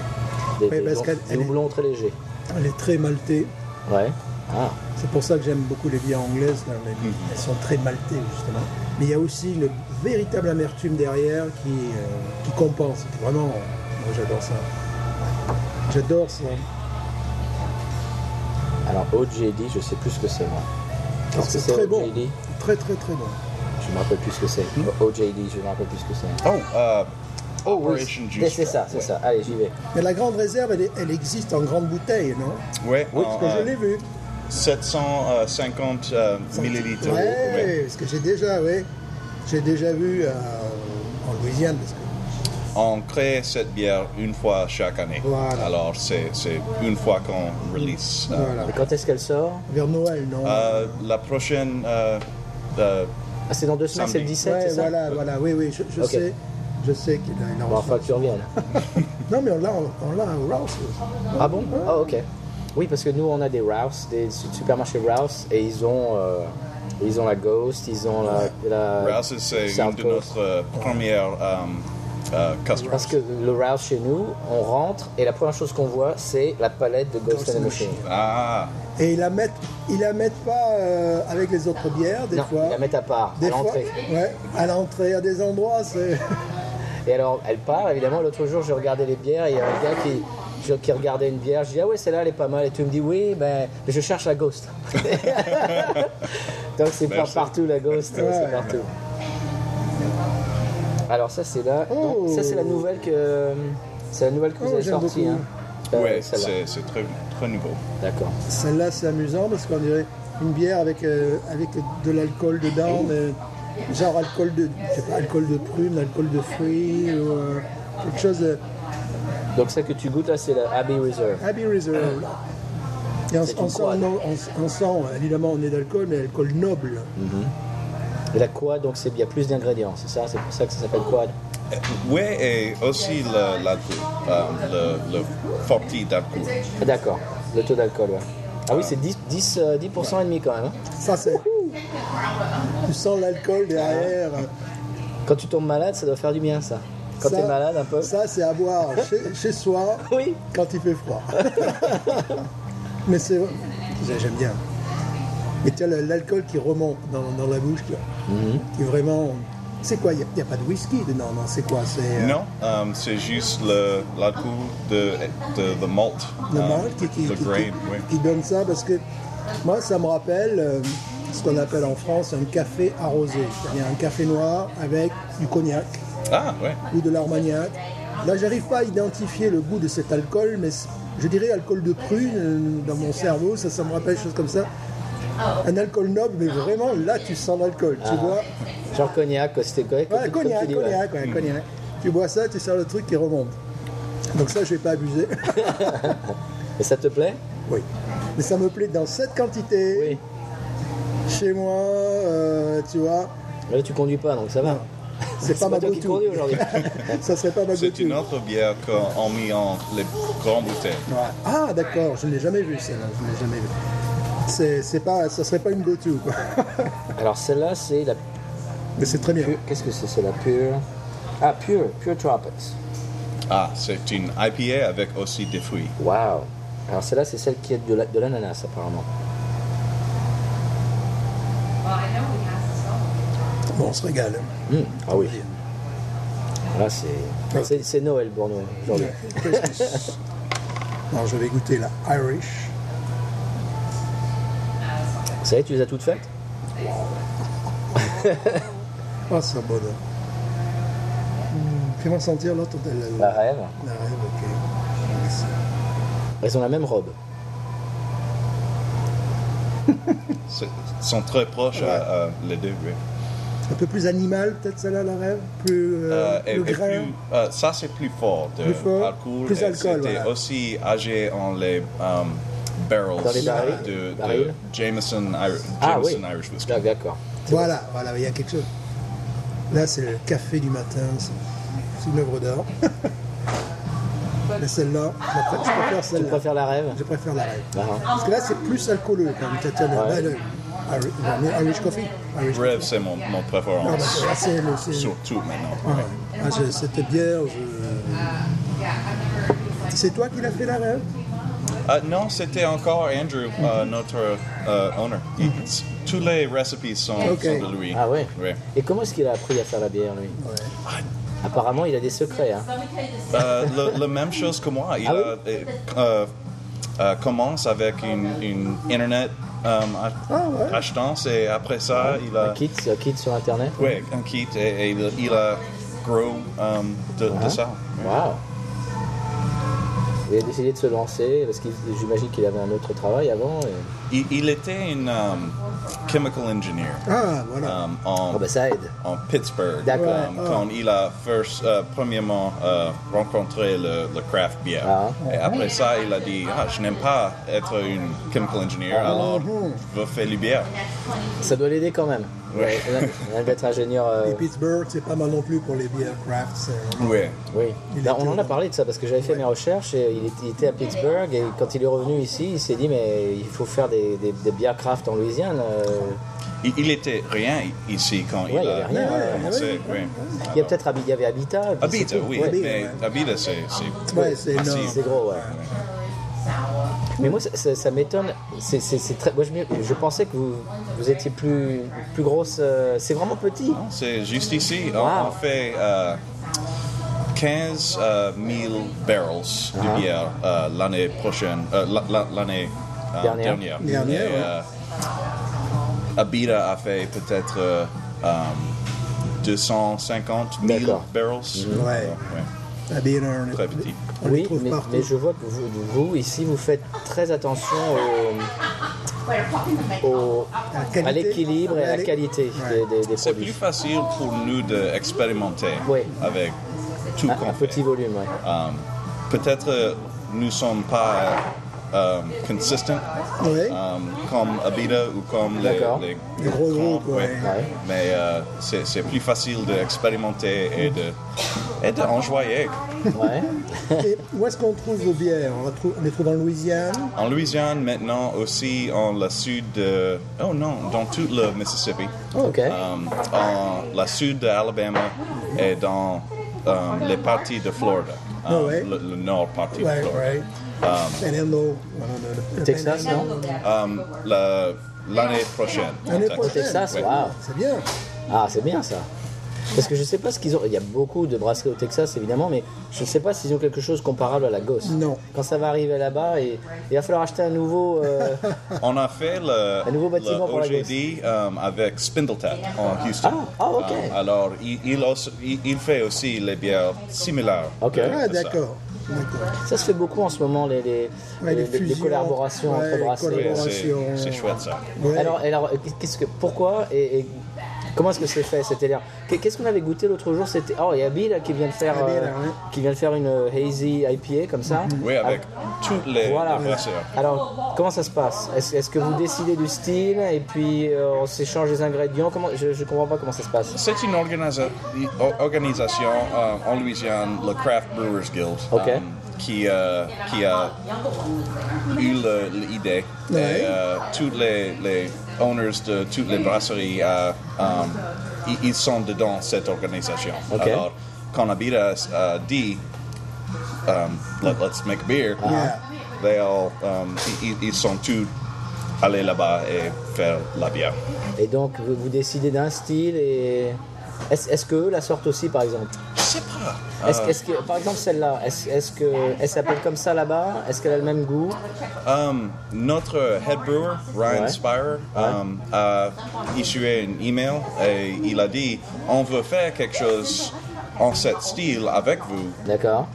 [SPEAKER 1] Des,
[SPEAKER 2] Oui,
[SPEAKER 1] des-
[SPEAKER 2] parce qu'elle-
[SPEAKER 1] des
[SPEAKER 2] elle est-
[SPEAKER 1] houblons très légers.
[SPEAKER 2] Elle est très maltée.
[SPEAKER 1] Ouais. Ah,
[SPEAKER 2] C'est pour ça que j'aime beaucoup les bières anglaises. là, les-
[SPEAKER 1] Mhm.
[SPEAKER 2] Elles sont très maltées, justement. Mais il y a aussi une véritable amertume derrière qui, euh, qui compense. Vraiment, moi j'adore ça. J'adore ça.
[SPEAKER 1] alors OJD, je sais plus ce que c'est, moi.
[SPEAKER 2] Alors,
[SPEAKER 1] Qu'est-ce que
[SPEAKER 2] C'est
[SPEAKER 1] c'est
[SPEAKER 2] très bon. Hmm.
[SPEAKER 1] OJD
[SPEAKER 2] Très, très, très bon.
[SPEAKER 1] Je me rappelle plus ce que c'est. OJD, je me rappelle plus ce que c'est.
[SPEAKER 5] oh, euh,
[SPEAKER 1] Oh, oui.
[SPEAKER 5] Operation Juice
[SPEAKER 1] Mais C'est
[SPEAKER 5] Drop,
[SPEAKER 1] ça, c'est
[SPEAKER 5] ouais.
[SPEAKER 1] ça. Allez, j'y vais.
[SPEAKER 2] Mais la grande réserve, elle, est- elle existe en grande bouteille, non
[SPEAKER 5] ouais,
[SPEAKER 2] Oui,
[SPEAKER 5] en,
[SPEAKER 2] parce que je
[SPEAKER 5] euh,
[SPEAKER 2] l'ai vu.
[SPEAKER 5] 750 euh, millilitres.
[SPEAKER 2] Ouais,
[SPEAKER 5] ouais.
[SPEAKER 2] parce que j'ai déjà, oui. J'ai déjà vu euh, en Louisiane. Parce que...
[SPEAKER 5] On crée cette bière une fois chaque année.
[SPEAKER 2] Voilà.
[SPEAKER 5] Alors c'est c'est une fois qu'on release. euh,
[SPEAKER 2] Voilà.
[SPEAKER 1] Et quand est-ce qu'elle sort
[SPEAKER 2] Vers Noël, non
[SPEAKER 5] euh, la prochaine euh, euh,
[SPEAKER 1] Ah, c'est dans deux semaines, c'est le
[SPEAKER 5] Samedi.
[SPEAKER 1] 17,
[SPEAKER 2] Ouais,
[SPEAKER 1] c'est ça
[SPEAKER 2] voilà, voilà. Oui, oui, je, je
[SPEAKER 1] Ok.
[SPEAKER 2] sais. Je sais qu'il a, il a
[SPEAKER 1] Bon,
[SPEAKER 2] reçu-
[SPEAKER 1] enfin, que tu reviennes.
[SPEAKER 2] Non, mais on l'a, on l'a au Rouse.
[SPEAKER 1] Ah bon Ah ok. Oui parce que nous on a des Rouse, des su- supermarchés Rouse et ils ont euh, ils ont la Ghost, ils ont la, la-
[SPEAKER 5] Rouse's, c'est une
[SPEAKER 1] South
[SPEAKER 5] de
[SPEAKER 1] Coast.
[SPEAKER 5] notre euh, première euh, euh, customers.
[SPEAKER 1] Parce que le Rouse chez nous, on rentre et la première chose qu'on voit c'est la palette de Ghost,
[SPEAKER 2] Ghost
[SPEAKER 1] and
[SPEAKER 2] in
[SPEAKER 1] the
[SPEAKER 2] the
[SPEAKER 1] Machine.
[SPEAKER 5] Ah,
[SPEAKER 2] Et ils la mettent, ils la mettent pas euh, avec les autres bières, des
[SPEAKER 1] Non,
[SPEAKER 2] fois.
[SPEAKER 1] ils la mettent à part,
[SPEAKER 2] Des
[SPEAKER 1] à l'entrée.
[SPEAKER 2] fois, ouais, à l'entrée, à des endroits, c'est.
[SPEAKER 1] Et alors elle part, évidemment l'autre jour je regardais les bières et il y a un gars qui, je- qui regardait une bière, je dis ah ouais celle-là elle est pas mal et tu me dis oui ben je cherche la Ghost. Donc c'est pas
[SPEAKER 5] Merci.
[SPEAKER 1] partout la Ghost, c'est
[SPEAKER 2] Ben, Ouais.
[SPEAKER 1] partout. Alors ça c'est là,
[SPEAKER 2] Oh.
[SPEAKER 1] ça c'est la nouvelle que c'est la nouvelle que vous
[SPEAKER 2] Oh,
[SPEAKER 1] avez
[SPEAKER 2] j'aime
[SPEAKER 1] sortie.
[SPEAKER 2] beaucoup.
[SPEAKER 1] Hein. Euh,
[SPEAKER 5] ouais,
[SPEAKER 1] celle-là.
[SPEAKER 5] c'est c'est très, très nouveau.
[SPEAKER 1] D'accord.
[SPEAKER 2] Celle-là, c'est amusant parce qu'on dirait une bière avec, euh, avec de l'alcool dedans, mais genre alcool de, je sais pas, alcool de prune, alcool de fruits, ou euh, quelque chose de
[SPEAKER 1] Donc celle que tu goûtes là c'est la Abbey Reserve.
[SPEAKER 2] Abbey Reserve. là. Et on,
[SPEAKER 1] C'est
[SPEAKER 2] on
[SPEAKER 1] une
[SPEAKER 2] sent,
[SPEAKER 1] quad.
[SPEAKER 2] on- on- on sent, évidemment, on est d'alcool, mais alcool noble.
[SPEAKER 1] Et la quad donc c'est il y a plus d'ingrédients, c'est ça, c'est pour ça que ça s'appelle quad.
[SPEAKER 5] Euh, Ouais, et aussi le- l'alcool, euh, le, le forti d'alcool.
[SPEAKER 1] Ah, D'accord. Le taux d'alcool ouais. Ah oui c'est 10 10 euh, 10% et demi quand même. hein.
[SPEAKER 2] Ça, c'est. Tu sens l'alcool derrière.
[SPEAKER 1] Quand tu tombes malade ça doit faire du bien ça. Quand
[SPEAKER 2] Ça-
[SPEAKER 1] t'es malade un peu.
[SPEAKER 2] Ça, c'est à boire chez, chez soi
[SPEAKER 1] Oui.
[SPEAKER 2] quand il fait froid. Mais c'est. j'ai- J'aime bien. Mais tu as le- l'alcool qui remonte dans, dans la bouche, qui,
[SPEAKER 1] Mhm.
[SPEAKER 2] qui vraiment. C'est quoi Il n'y a, pas de whisky dedans, non C'est quoi C'est euh,
[SPEAKER 5] Non, euh, c'est juste le- l'alcool de, de, de malt.
[SPEAKER 2] le
[SPEAKER 5] euh,
[SPEAKER 2] malt qui, qui-
[SPEAKER 5] le
[SPEAKER 2] qui-
[SPEAKER 5] grain,
[SPEAKER 2] qui-
[SPEAKER 5] ouais.
[SPEAKER 2] qui donne ça Parce que moi, ça me rappelle euh, ce qu'on appelle en France un café arrosé. Il y a un café noir avec du cognac
[SPEAKER 5] Ah, ouais.
[SPEAKER 2] ou de l'armagnac. Là, j'arrive pas à identifier le goût de cet alcool, mais c- je dirais alcool de prune euh, dans mon cerveau, ça, ça me rappelle des choses comme ça. Un alcool noble, mais vraiment, là, tu sens l'alcool, tu vois.
[SPEAKER 1] Genre cognac, c'était correct.
[SPEAKER 2] Ouais,
[SPEAKER 1] Ah. comme tu
[SPEAKER 2] cognac,
[SPEAKER 1] dis, ouais.
[SPEAKER 2] cognac, ouais, cognac. Tu bois ça, tu sens le truc qui remonte. Donc ça, je vais pas abuser.
[SPEAKER 1] Et ça te plaît
[SPEAKER 2] oui. Mais ça me plaît dans cette quantité.
[SPEAKER 1] Oui.
[SPEAKER 2] Chez moi, euh, tu vois,
[SPEAKER 1] Là, tu conduis pas, donc ça va.
[SPEAKER 2] c'est pas ma
[SPEAKER 1] toi qui
[SPEAKER 2] go-to.
[SPEAKER 1] conduis aujourd'hui.
[SPEAKER 2] ça serait pas ma
[SPEAKER 5] C'est
[SPEAKER 2] go-to.
[SPEAKER 5] une autre bière qu'on met en les grandes bouteilles.
[SPEAKER 2] Ouais. Ah d'accord, je ne l'ai jamais vu celle-là, je ne l'ai jamais vu. C'est, c'est pas, ça serait pas une go-to quoi.
[SPEAKER 1] Alors celle-là, c'est la
[SPEAKER 2] Mais c'est très bien.
[SPEAKER 1] pure. Qu'est-ce que c'est C'est la pure. Ah, pure, pure tropics.
[SPEAKER 5] Ah, c'est une IPA avec aussi des fruits.
[SPEAKER 1] Waouh. Alors celle-là, c'est celle qui est de la- de l'ananas apparemment.
[SPEAKER 2] Bon, on se régale.
[SPEAKER 1] Hmm, Ah oui. Là,
[SPEAKER 2] Ah
[SPEAKER 1] c'est c'est- c'est Noël pour nous aujourd'hui.
[SPEAKER 2] Christmas. Alors je vais goûter la Irish.
[SPEAKER 1] Ça y est, tu les as toutes faites
[SPEAKER 2] Ah, ça bonne. Hum, Fais-moi sentir l'autre. de La,
[SPEAKER 1] La rêve.
[SPEAKER 2] la rêve, ok. Merci.
[SPEAKER 1] Elles ont la même robe.
[SPEAKER 5] C'est- sont très proches à, euh, les deux. oui.
[SPEAKER 2] Un peu plus animal peut-être celle-là, la rêve Plus euh,
[SPEAKER 5] Euh, et-
[SPEAKER 2] le
[SPEAKER 5] et
[SPEAKER 2] grain
[SPEAKER 5] plus- euh, ça, c'est plus fort de
[SPEAKER 2] Plus fort,
[SPEAKER 5] alcool.
[SPEAKER 2] plus
[SPEAKER 5] et
[SPEAKER 2] alcool,
[SPEAKER 5] C'était
[SPEAKER 2] voilà.
[SPEAKER 5] aussi âgé en les euh, barrels
[SPEAKER 1] Dans les barils,
[SPEAKER 5] de, de
[SPEAKER 1] barils.
[SPEAKER 5] Jameson, Ir-
[SPEAKER 1] Ah oui.
[SPEAKER 5] Jameson Irish Whiskey.
[SPEAKER 1] Ah, D'accord.
[SPEAKER 2] Voilà, voilà, il y a quelque chose. Là, c'est le café du matin, c'est c'est une œuvre d'art. Mais celle-là, je préfère- je préfère
[SPEAKER 1] Tu
[SPEAKER 2] celle-là.
[SPEAKER 1] préfères la rêve
[SPEAKER 2] Je préfère la rêve.
[SPEAKER 1] Ah,
[SPEAKER 2] Parce que là, c'est plus alcooleux quand même. Tiens, tiens,
[SPEAKER 1] Ouais.
[SPEAKER 2] là, le- Iri- j'en ai Irish coffee. Irish
[SPEAKER 5] Bref, c'est mon, mon
[SPEAKER 2] coffee. Ah, bah,
[SPEAKER 5] préférence.
[SPEAKER 2] c'est- c'est le- c'est-
[SPEAKER 5] Surtout maintenant.
[SPEAKER 2] ah, ah, c'est- cette bière, je- c'est toi qui l'as fait la rêve
[SPEAKER 5] Ah, non, c'était encore Andrew, euh, notre euh, owner. Il- Tous les recettes sont,
[SPEAKER 2] Mm-hmm. Ok.
[SPEAKER 5] sont de lui.
[SPEAKER 1] Ah ouais.
[SPEAKER 5] Ouais.
[SPEAKER 1] Et comment est-ce qu'il a appris à faire la bière, lui
[SPEAKER 5] Ah,
[SPEAKER 1] Apparemment, il a des secrets. Hein.
[SPEAKER 5] Euh, le, la même chose que moi. Il
[SPEAKER 1] Ah oui?
[SPEAKER 5] euh, euh, euh, commence avec une, une internet euh, ach-
[SPEAKER 1] Ah,
[SPEAKER 5] achetance et après ça, il a
[SPEAKER 1] Un kit, un kit sur Internet.
[SPEAKER 5] ouais, un kit et, et il, il a gros euh, de, de ça.
[SPEAKER 1] Waouh. Il a décidé de se lancer parce que j'imagine qu'il avait un autre travail avant. et-
[SPEAKER 5] Il, il était un chemical engineer
[SPEAKER 2] Ah, voilà.
[SPEAKER 5] euh, en,
[SPEAKER 1] Ah bah ça aide.
[SPEAKER 5] en Pittsburgh
[SPEAKER 1] D'accord. Oh.
[SPEAKER 5] euh, quand il a first, euh, premièrement euh, rencontré le, le craft beer.
[SPEAKER 1] Ah.
[SPEAKER 5] Et après ça, il a dit ah, Je n'aime pas être une chemical engineer,
[SPEAKER 1] Ah.
[SPEAKER 5] alors
[SPEAKER 1] Mm-hmm.
[SPEAKER 5] je veux faire du bière.
[SPEAKER 1] Ça doit l'aider quand même.
[SPEAKER 5] Ouais.
[SPEAKER 1] Il va être ingénieur. euh,
[SPEAKER 5] Ah.
[SPEAKER 2] Et Pittsburgh, c'est pas mal non plus pour les bières craft. c'est-
[SPEAKER 5] Oui.
[SPEAKER 1] Oui.
[SPEAKER 2] Il
[SPEAKER 1] Bah,
[SPEAKER 2] était
[SPEAKER 1] on en a
[SPEAKER 2] au-
[SPEAKER 1] parlé de ça parce que j'avais fait mes recherches et il est- il était à Pittsburgh et quand il est revenu ici, il s'est dit mais il faut faire des, des, des bières craft en Louisiane. euh,
[SPEAKER 5] Il, il était rien ici quand
[SPEAKER 1] Ouais, il
[SPEAKER 5] il
[SPEAKER 1] y avait
[SPEAKER 5] a
[SPEAKER 1] rien, ouais,
[SPEAKER 5] commencé. oui.
[SPEAKER 1] Il y a peut-être Habi- il y avait Habitat. et puis c'est
[SPEAKER 5] Abita,
[SPEAKER 1] tout.
[SPEAKER 5] Ah, oui,
[SPEAKER 1] Ouais.
[SPEAKER 5] mais Abita, c'est. c'est-
[SPEAKER 2] Ouais, c'est
[SPEAKER 5] Ah, si.
[SPEAKER 2] énorme.
[SPEAKER 1] C'est gros, ouais. Mais moi, ça, ça- ça m'étonne. C'est- c'est- c'est très- Moi, je, m'y- je pensais que vous, vous étiez plus, plus grosse. euh, C'est vraiment petit.
[SPEAKER 5] C'est juste ici. On,
[SPEAKER 1] Wow.
[SPEAKER 5] on fait euh, 15 euh, 000 barrels
[SPEAKER 1] Uh-huh.
[SPEAKER 5] de bière euh, l'année prochaine, euh, la- la- l'année euh,
[SPEAKER 1] Dernière.
[SPEAKER 5] dernière.
[SPEAKER 2] Dernière,
[SPEAKER 5] Et,
[SPEAKER 2] ouais.
[SPEAKER 5] euh, Abita a fait peut-être euh, euh, 250 000
[SPEAKER 1] D'accord. Mhm.
[SPEAKER 5] barrels.
[SPEAKER 2] Ouais. La bière, on,
[SPEAKER 5] Très petit.
[SPEAKER 2] on les
[SPEAKER 1] Oui,
[SPEAKER 2] trouve
[SPEAKER 1] mais,
[SPEAKER 2] partout.
[SPEAKER 1] mais je vois que vous, vous, ici, vous faites très attention au- au-
[SPEAKER 2] À la
[SPEAKER 1] à
[SPEAKER 2] qualité.
[SPEAKER 1] l'équilibre et à la qualité
[SPEAKER 2] Ouais.
[SPEAKER 1] des, des- des
[SPEAKER 5] C'est plus
[SPEAKER 1] produits.
[SPEAKER 5] facile pour nous d'expérimenter
[SPEAKER 1] Oui. Ah,
[SPEAKER 5] avec tout
[SPEAKER 1] Un,
[SPEAKER 5] qu'on
[SPEAKER 1] un
[SPEAKER 5] fait.
[SPEAKER 1] petit volume, ouais.
[SPEAKER 5] Um, Peut-être euh, nous sommes pas euh, um, consistent
[SPEAKER 2] Ouais.
[SPEAKER 5] um, comme Abida ou comme les,
[SPEAKER 1] D'accord.
[SPEAKER 5] les,
[SPEAKER 2] Les gros
[SPEAKER 5] grands,
[SPEAKER 2] groupes, ouais.
[SPEAKER 1] Ouais.
[SPEAKER 5] Mais euh, c'est c'est plus facile d'expérimenter et de et d'enjoyer.
[SPEAKER 1] Ouais.
[SPEAKER 2] Et où est-ce qu'on trouve vos bières on, la trouve- on les trouve en Louisiane.
[SPEAKER 5] En Louisiane maintenant aussi en le sud de oh non dans tout le Mississippi,
[SPEAKER 2] Oh.
[SPEAKER 1] Ok.
[SPEAKER 5] um, en la sud de Alabama et dans um, les parties de Florida, um,
[SPEAKER 2] Ah ouais.
[SPEAKER 5] le, le nord partie de
[SPEAKER 2] Ouais,
[SPEAKER 5] Florida.
[SPEAKER 2] ouais. Panhandle. voilà, le- le
[SPEAKER 1] Texas,
[SPEAKER 2] Panhandle.
[SPEAKER 1] non
[SPEAKER 5] Um, la- l'année prochaine.
[SPEAKER 2] L'année
[SPEAKER 5] en Texas.
[SPEAKER 2] prochaine.
[SPEAKER 1] Texas,
[SPEAKER 5] Ouais.
[SPEAKER 1] waouh.
[SPEAKER 2] C'est bien.
[SPEAKER 1] Ah, c'est bien ça. Parce que je sais pas ce qu'ils ont. Il y a beaucoup de brasseries au Texas, évidemment, mais je ne sais pas s'ils ont quelque chose comparable à la gosse.
[SPEAKER 2] Non.
[SPEAKER 1] Quand ça va arriver là-bas, et il va falloir acheter un nouveau. euh,
[SPEAKER 5] On a fait le,
[SPEAKER 1] Un nouveau bâtiment
[SPEAKER 5] le
[SPEAKER 1] pour la
[SPEAKER 5] OGD euh, avec Spindle Tap en Houston.
[SPEAKER 1] Ah, ah, ok.
[SPEAKER 5] Euh, alors, il, il aussi- il- il fait aussi les bières similaires.
[SPEAKER 1] Ok.
[SPEAKER 5] euh,
[SPEAKER 2] Ah,
[SPEAKER 5] de ça.
[SPEAKER 2] d'accord. D'accord.
[SPEAKER 1] Ça se fait beaucoup en ce moment, les, les,
[SPEAKER 2] Ouais,
[SPEAKER 1] les- les
[SPEAKER 2] les fusions,
[SPEAKER 1] collaborations
[SPEAKER 2] ouais,
[SPEAKER 1] entre
[SPEAKER 2] les
[SPEAKER 1] brasseries.
[SPEAKER 5] Oui, c'est-
[SPEAKER 2] Collaboration.
[SPEAKER 5] C'est chouette ça.
[SPEAKER 2] Ouais.
[SPEAKER 1] Alors, alors qu'est-ce que, pourquoi et, et comment est-ce que c'est fait C'est-à-dire, qu'est- qu'est-ce qu'on avait goûté l'autre jour C'était oh, il y a Bill qui vient de faire,
[SPEAKER 2] Ah, Bill,
[SPEAKER 1] euh,
[SPEAKER 2] ouais.
[SPEAKER 1] qui vient de faire une euh, hazy IPA comme ça.
[SPEAKER 5] Oui, avec toutes les,
[SPEAKER 1] Ah. Voilà.
[SPEAKER 5] les brasseurs.
[SPEAKER 1] Alors, comment ça se passe Est-ce est-ce que vous décidez du style et puis euh, on s'échange les ingrédients Comment Je ne comprends pas comment ça se passe.
[SPEAKER 5] C'est une organisa- o- organisation euh, en Louisiane, le Craft Brewers Guild,
[SPEAKER 1] Ok.
[SPEAKER 5] euh, qui, euh, qui a eu le- l'idée. Et,
[SPEAKER 2] Ouais.
[SPEAKER 5] euh, tous les, les owners de toutes les brasseries, euh, euh, ils- ils sont dedans cette organisation.
[SPEAKER 1] Ok.
[SPEAKER 5] Alors, quand Abira euh, dit, um, Let, let's make beer,
[SPEAKER 2] Yeah.
[SPEAKER 5] they all, um, ils, ils- ils sont tous allés là-bas et faire la bière.
[SPEAKER 1] Et donc, vous, vous décidez d'un style et est-ce est-ce que eux la sortent aussi, par exemple
[SPEAKER 5] Je sais pas.
[SPEAKER 1] Est-ce est-ce que, par exemple, celle-là, est-ce est-ce que elle s'appelle comme ça là-bas Est-ce qu'elle a le même goût
[SPEAKER 5] Um, notre head brewer, Ryan
[SPEAKER 1] Ouais.
[SPEAKER 5] Spire, um, a issué un email et il a dit on veut faire quelque chose en cet style avec vous.
[SPEAKER 1] D'accord.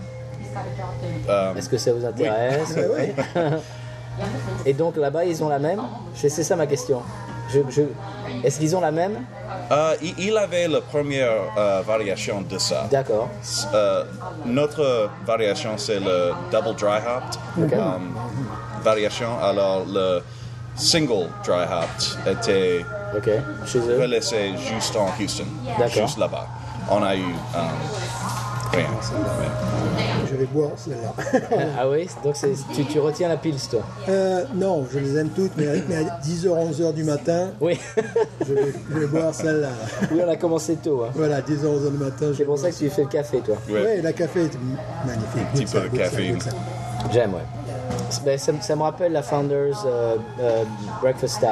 [SPEAKER 5] Um,
[SPEAKER 1] Est-ce que ça vous intéresse
[SPEAKER 2] Ouais, ouais.
[SPEAKER 1] Et donc là-bas, ils ont la même C'est c'est ça ma question. Je, je... Est-ce qu'ils ont la même
[SPEAKER 5] euh, il- il avait la première euh, variation de ça.
[SPEAKER 1] D'accord.
[SPEAKER 5] S- euh, notre variation, c'est le double dry hopped um, variation. Alors, le single dry hopped était
[SPEAKER 1] Ok. Chez eux.
[SPEAKER 5] relaissé juste en Houston,
[SPEAKER 1] D'accord.
[SPEAKER 5] juste là-bas. On a eu um, rien. mais-
[SPEAKER 2] Je vais boire celle-là.
[SPEAKER 1] Ah oui Donc c'est- tu, tu retiens la pils, toi
[SPEAKER 2] Euh, non, je les aime toutes, mais mais à 10h, 11h du matin,
[SPEAKER 1] Oui.
[SPEAKER 2] je vais, je vais boire celle-là.
[SPEAKER 1] oui, on a commencé tôt. hein.
[SPEAKER 2] Voilà, 10h, 11h du matin.
[SPEAKER 1] C'est pour ça que tu fais le café, toi.
[SPEAKER 5] Ouais.
[SPEAKER 2] Oui, la café est magnifique.
[SPEAKER 5] petit
[SPEAKER 2] Goûte ça,
[SPEAKER 5] peu de
[SPEAKER 2] goûte ça,
[SPEAKER 5] caféine.
[SPEAKER 2] goûte ça.
[SPEAKER 1] J'aime, ouais. C'est- ben, ça, me- ça me rappelle la Founders euh, euh, Breakfast Stout.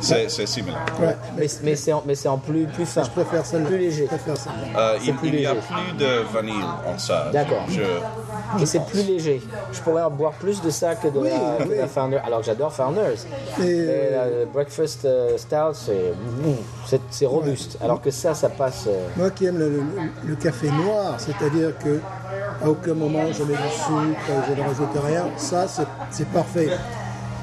[SPEAKER 5] C'est, c'est similaire.
[SPEAKER 2] Ouais,
[SPEAKER 1] Mais, mais c'est en, mais c'est en plus, plus fin.
[SPEAKER 2] je préfère celle-là.
[SPEAKER 1] Plus léger.
[SPEAKER 2] Je préfère celle-là.
[SPEAKER 5] Euh,
[SPEAKER 1] C'est
[SPEAKER 5] il
[SPEAKER 1] plus
[SPEAKER 5] il n'y a
[SPEAKER 1] léger.
[SPEAKER 5] plus de vanille en ça.
[SPEAKER 1] D'accord.
[SPEAKER 5] Je,
[SPEAKER 1] Et c'est plus léger. Je pourrais en boire plus de ça que de,
[SPEAKER 2] Oui,
[SPEAKER 1] la, que
[SPEAKER 2] oui.
[SPEAKER 1] la Founders. Alors que j'adore Founders.
[SPEAKER 2] Et-
[SPEAKER 1] Mais la- le breakfast euh, stout, c'est mm, c'est- c'est robuste. Alors que ça, ça passe. euh,
[SPEAKER 2] Moi qui aime le, le- le café noir, c'est-à-dire que à aucun moment je mets du sucre, je ne rajoute rien, ça c'est- c'est parfait.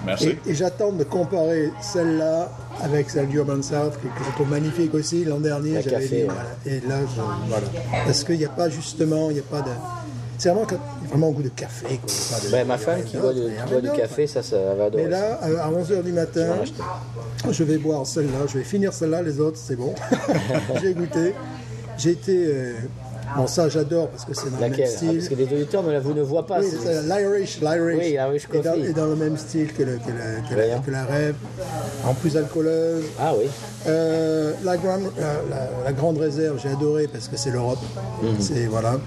[SPEAKER 5] merci.
[SPEAKER 2] Et, et j'attends de comparer celle-là avec celle du Urban South, que, que je trouve magnifique aussi. L'an dernier,
[SPEAKER 1] La
[SPEAKER 2] j'avais
[SPEAKER 1] café,
[SPEAKER 2] dit,
[SPEAKER 1] ouais.
[SPEAKER 2] voilà. Et là, je- voilà. Parce qu'il n'y a pas justement, il n'y a pas de. C'est vraiment, que- vraiment un goût de café. quoi. Il y a pas de-
[SPEAKER 1] ben, ma
[SPEAKER 2] il y a
[SPEAKER 1] femme
[SPEAKER 2] rien
[SPEAKER 1] qui boit du,
[SPEAKER 2] d'autre,
[SPEAKER 1] qui
[SPEAKER 2] mais
[SPEAKER 1] boit du
[SPEAKER 2] rien
[SPEAKER 1] café, ça, ça va adorer.
[SPEAKER 2] mais là, euh, à 11h du matin, je vais boire celle-là, je vais finir celle-là, les autres, c'est bon. J'ai goûté. J'ai été. euh, Bon, ça, j'adore parce que c'est dans le
[SPEAKER 1] Laquelle
[SPEAKER 2] même
[SPEAKER 1] Ah, Parce que
[SPEAKER 2] style.
[SPEAKER 1] les auditeurs ne la vous ne voient pas.
[SPEAKER 2] Oui,
[SPEAKER 1] c'est-
[SPEAKER 2] c'est l'Irish, l'Irish.
[SPEAKER 1] Oui, l'Irish
[SPEAKER 2] Et dans,
[SPEAKER 1] coffee.
[SPEAKER 2] et dans le même style que, le- que le- que la-
[SPEAKER 1] Voyons.
[SPEAKER 2] que la rêve. En plus alcooleuse.
[SPEAKER 1] Ah oui.
[SPEAKER 2] Euh, la, grande, la, la- la grande réserve, j'ai adoré parce que c'est l'Europe. C'est voilà.